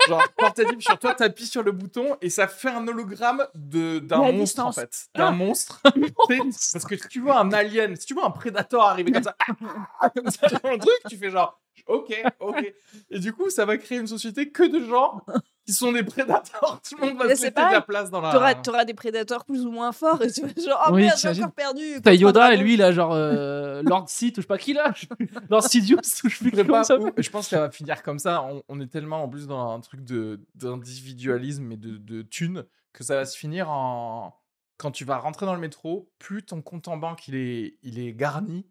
[SPEAKER 1] genre portatif sur toi, t'appuies sur le bouton et ça fait un hologramme de d'un
[SPEAKER 2] Mais à
[SPEAKER 1] monstre
[SPEAKER 2] distance.
[SPEAKER 1] en fait, d'un monstre. Tu sais, Parce que si tu vois un alien, si tu vois un prédateur arriver comme ça, comme ça dans le truc, tu fais genre ok, ok. Et du coup, ça va créer une société que de gens qui sont des prédateurs. Tout le monde va
[SPEAKER 2] Mais
[SPEAKER 1] se
[SPEAKER 2] c'est
[SPEAKER 1] laisser de la
[SPEAKER 2] pareil.
[SPEAKER 1] place dans la.
[SPEAKER 2] T'auras, t'auras des prédateurs plus ou moins forts et tu vas genre, oh
[SPEAKER 3] Ah. Oui,
[SPEAKER 2] merde, j'ai
[SPEAKER 3] t'imagines.
[SPEAKER 2] encore perdu.
[SPEAKER 3] T'as
[SPEAKER 2] contre
[SPEAKER 3] Yoda
[SPEAKER 2] un
[SPEAKER 3] et lui là genre euh, Lord Sith ou je sais pas qui là. Lord Sidious ou je sais
[SPEAKER 1] Je sais
[SPEAKER 3] plus comment
[SPEAKER 1] pas
[SPEAKER 3] il s'appelle.
[SPEAKER 1] où- je pense qu'elle va finir comme ça. On, on est tellement en plus dans un truc de- d'individualisme et de, de thunes que ça va se finir en. Quand tu vas rentrer dans le métro, plus ton compte en banque il est, il est garni,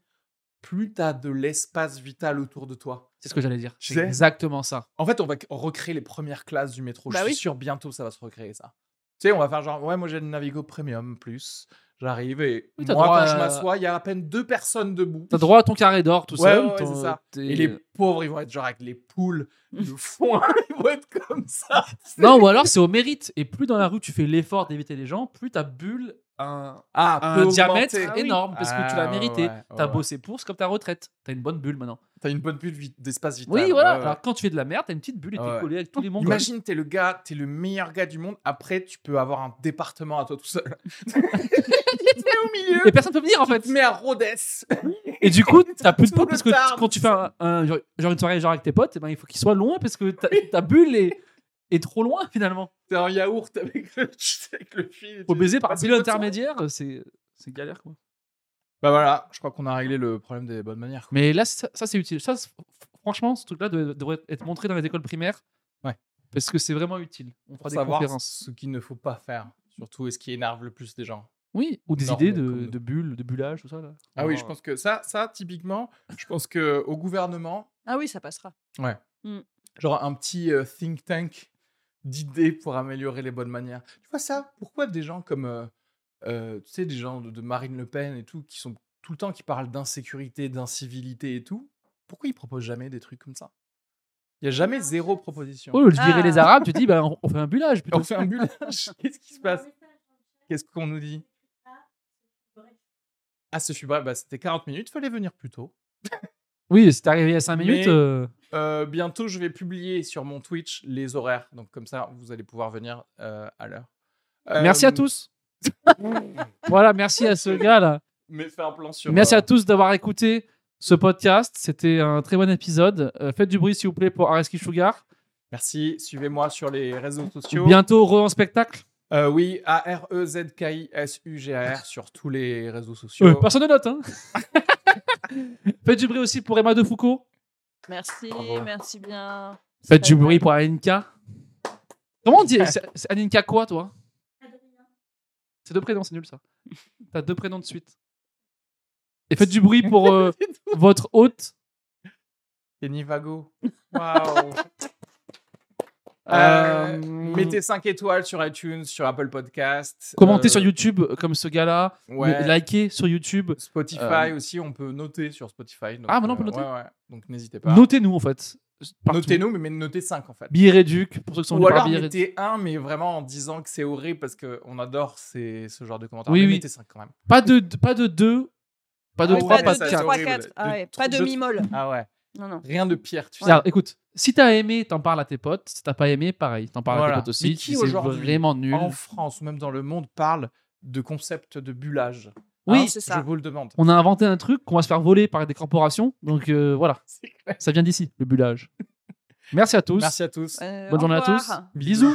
[SPEAKER 1] plus t'as de l'espace vital autour de toi.
[SPEAKER 3] C'est ce que j'allais dire.
[SPEAKER 1] Tu
[SPEAKER 3] C'est
[SPEAKER 1] sais
[SPEAKER 3] exactement ça.
[SPEAKER 1] En fait, on va recréer les premières classes du métro.
[SPEAKER 2] Bah
[SPEAKER 1] je suis
[SPEAKER 2] oui.
[SPEAKER 1] sûr, bientôt ça va se recréer ça. Tu sais, on va faire genre, ouais, moi j'ai le Navigo Premium Plus. J'arrive et
[SPEAKER 3] Oui, t'as
[SPEAKER 1] moi,
[SPEAKER 3] droit
[SPEAKER 1] quand je
[SPEAKER 3] à-
[SPEAKER 1] m'assois, il y a à peine deux personnes debout.
[SPEAKER 3] T'as droit à ton carré d'or tout
[SPEAKER 1] Ouais,
[SPEAKER 3] seul.
[SPEAKER 1] ouais, ouais,
[SPEAKER 3] ton-
[SPEAKER 1] c'est ça.
[SPEAKER 3] t'es-
[SPEAKER 1] Et euh, les pauvres, ils vont être genre avec les poules, le foin, ils vont être comme ça.
[SPEAKER 3] Non, ou alors c'est au mérite. Et plus dans la rue tu fais l'effort d'éviter les gens, plus ta bulle a un,
[SPEAKER 1] Ah,
[SPEAKER 3] a un
[SPEAKER 1] peut
[SPEAKER 3] diamètre
[SPEAKER 1] augmenter.
[SPEAKER 3] énorme parce que tu l'as
[SPEAKER 1] Ah, ouais,
[SPEAKER 3] mérité.
[SPEAKER 1] ouais, ouais,
[SPEAKER 3] T'as
[SPEAKER 1] ouais.
[SPEAKER 3] bossé pour, c'est comme ta retraite. T'as une bonne bulle maintenant.
[SPEAKER 1] T'as une bonne bulle vit- d'espace vital.
[SPEAKER 3] oui, voilà.
[SPEAKER 1] ouais, ouais.
[SPEAKER 3] Alors quand tu fais de la merde, t'as une petite bulle et t'es
[SPEAKER 1] Ouais.
[SPEAKER 3] collé avec tous les mondes.
[SPEAKER 1] Imagine, t'es le gars, t'es le meilleur gars du monde. Après, tu peux avoir un département à toi tout seul. tu te mets au milieu,
[SPEAKER 3] Et personne peut venir en fait.
[SPEAKER 1] tu te mets à Rhodes.
[SPEAKER 3] Et du coup, t'as plus de
[SPEAKER 1] Tout
[SPEAKER 3] potes
[SPEAKER 1] le
[SPEAKER 3] parce que tu-
[SPEAKER 1] tard.
[SPEAKER 3] quand tu fais un, un- genre genre une soirée genre avec tes potes, eh ben, il faut qu'ils soient loin parce que ta, ta bulle est, est trop loin finalement.
[SPEAKER 1] T'es un yaourt avec le, avec le fil. et
[SPEAKER 3] Faut
[SPEAKER 1] tu-
[SPEAKER 3] baiser par
[SPEAKER 1] Parce que
[SPEAKER 3] bulle
[SPEAKER 1] toi, tu-
[SPEAKER 3] intermédiaire, c'est c'est galère quoi.
[SPEAKER 1] Bah voilà, je crois qu'on a réglé le problème des bonnes manières. quoi.
[SPEAKER 3] Mais là, ça, ça, c'est utile. Ça, c'est- franchement, ce truc-là devrait devrait être montré dans les écoles primaires.
[SPEAKER 1] Ouais.
[SPEAKER 3] Parce que c'est vraiment utile. On fera
[SPEAKER 1] Pour
[SPEAKER 3] des
[SPEAKER 1] savoir
[SPEAKER 3] conférences.
[SPEAKER 1] ce qu'il ne faut pas faire, surtout et ce qui énerve le plus des gens.
[SPEAKER 3] Oui, ou des
[SPEAKER 1] Non,
[SPEAKER 3] idées
[SPEAKER 1] mais comme
[SPEAKER 3] de,
[SPEAKER 1] nous.
[SPEAKER 3] de bulles, de bullage, tout ça. Là.
[SPEAKER 1] Ah oui, je pense que ça, ça typiquement, je pense que au gouvernement,
[SPEAKER 2] Ah oui, ça passera.
[SPEAKER 1] genre un petit euh, think tank d'idées pour améliorer les bonnes manières. Tu vois ça Pourquoi des gens comme, euh, euh, tu sais, des gens de, de Marine Le Pen et tout, qui sont tout le temps qui parlent d'insécurité, d'incivilité et tout, pourquoi ils proposent jamais des trucs comme ça Il y a jamais zéro proposition.
[SPEAKER 3] Oh, Bah, je
[SPEAKER 2] Ah.
[SPEAKER 3] dirais les Arabes, tu dis, bah, on, on fait un bullage plutôt.
[SPEAKER 1] On fait un bullage. Qu'est-ce qui se passe Qu'est-ce qu'on nous dit Ah, ce fut bref. Bah, c'était 40 minutes. Fallait venir plus tôt.
[SPEAKER 3] Oui, c'est arrivé à 5
[SPEAKER 1] Oh. Mais-
[SPEAKER 3] minutes. euh,
[SPEAKER 1] Euh, bientôt, je vais publier sur mon Twitch les horaires. Donc, comme ça, vous allez pouvoir venir euh, à l'heure. Euh,
[SPEAKER 3] Merci à tous. voilà, merci à ce gars-là.
[SPEAKER 1] Mais fais un plan sur.
[SPEAKER 3] Merci
[SPEAKER 1] euh,
[SPEAKER 3] à tous d'avoir écouté ce podcast. C'était un très bon épisode. Euh, faites du bruit, s'il vous plaît, pour Areski Sugar.
[SPEAKER 1] Merci. Suivez-moi sur les réseaux sociaux.
[SPEAKER 3] Bientôt, re en spectacle.
[SPEAKER 1] Euh, oui, A-R-E-Z-K-I-S-U-G-R sur tous les réseaux sociaux.
[SPEAKER 3] Euh, personne ne note. Hein. faites du bruit aussi pour Emma de Foucault.
[SPEAKER 2] Merci,
[SPEAKER 1] Bravo.
[SPEAKER 2] merci bien.
[SPEAKER 3] Faites du bruit pour Aninka. Comment on dit c'est- c'est Aninka quoi, toi C'est deux prénoms, c'est nul ça. T'as deux prénoms de suite. Et faites du bruit pour euh, votre hôte.
[SPEAKER 1] Kenny Vago. Waouh.
[SPEAKER 3] Euh,
[SPEAKER 1] Euh,
[SPEAKER 3] Mm.
[SPEAKER 1] Mettez 5 étoiles sur iTunes, sur Apple Podcast.
[SPEAKER 3] Commentez
[SPEAKER 1] Euh,
[SPEAKER 3] sur YouTube euh, comme ce gars-là.
[SPEAKER 1] Ouais.
[SPEAKER 3] Likez sur YouTube.
[SPEAKER 1] Spotify aussi, on peut noter sur Spotify. donc,
[SPEAKER 3] Ah, maintenant, on peut
[SPEAKER 1] euh,
[SPEAKER 3] noter
[SPEAKER 1] ouais, ouais. Donc n'hésitez pas.
[SPEAKER 3] Notez-nous en fait. Partout.
[SPEAKER 1] Notez-nous, mais, mais notez 5 en fait.
[SPEAKER 3] Bireduc, pour ceux qui sont
[SPEAKER 1] Ou
[SPEAKER 3] venus par
[SPEAKER 1] alors
[SPEAKER 3] Bireduc.
[SPEAKER 1] mettez 1, mais vraiment en disant que c'est horrible parce qu'on adore ces, ce genre de commentaires.
[SPEAKER 3] Oui,
[SPEAKER 1] mais
[SPEAKER 3] oui.
[SPEAKER 1] mettez 5 quand même.
[SPEAKER 3] Pas de, pas de deux, pas de
[SPEAKER 1] Ah oui,
[SPEAKER 3] trois,
[SPEAKER 1] pas
[SPEAKER 3] pas
[SPEAKER 1] de
[SPEAKER 3] de
[SPEAKER 1] deux,
[SPEAKER 3] quatre.
[SPEAKER 1] trois.
[SPEAKER 2] 3,
[SPEAKER 1] horrible.
[SPEAKER 2] 4.
[SPEAKER 1] De-
[SPEAKER 2] Ah ouais, pas
[SPEAKER 1] de-
[SPEAKER 2] de mi-molle.
[SPEAKER 1] Ah ouais,
[SPEAKER 2] Non, non.
[SPEAKER 1] rien de pire, tu sais.
[SPEAKER 3] Alors, écoute, si t'as aimé, t'en parles à tes potes. Si t'as pas aimé, pareil, t'en parles à
[SPEAKER 1] Voilà.
[SPEAKER 3] tes potes aussi.
[SPEAKER 1] Mais qui
[SPEAKER 3] si c'est
[SPEAKER 1] aujourd'hui,
[SPEAKER 3] vraiment nul.
[SPEAKER 1] En France ou même dans le monde, parle de concept de bullage.
[SPEAKER 3] Oui,
[SPEAKER 1] Hein,
[SPEAKER 2] c'est ça.
[SPEAKER 1] Je vous le demande.
[SPEAKER 3] On a inventé un truc qu'on va se faire voler par des corporations. Donc euh, voilà,
[SPEAKER 1] C'est clair.
[SPEAKER 3] ça vient d'ici, le bullage. Merci à tous.
[SPEAKER 1] Merci à tous.
[SPEAKER 2] Euh,
[SPEAKER 3] Bonne
[SPEAKER 2] au
[SPEAKER 3] journée à
[SPEAKER 2] revoir.
[SPEAKER 3] tous. Bisous.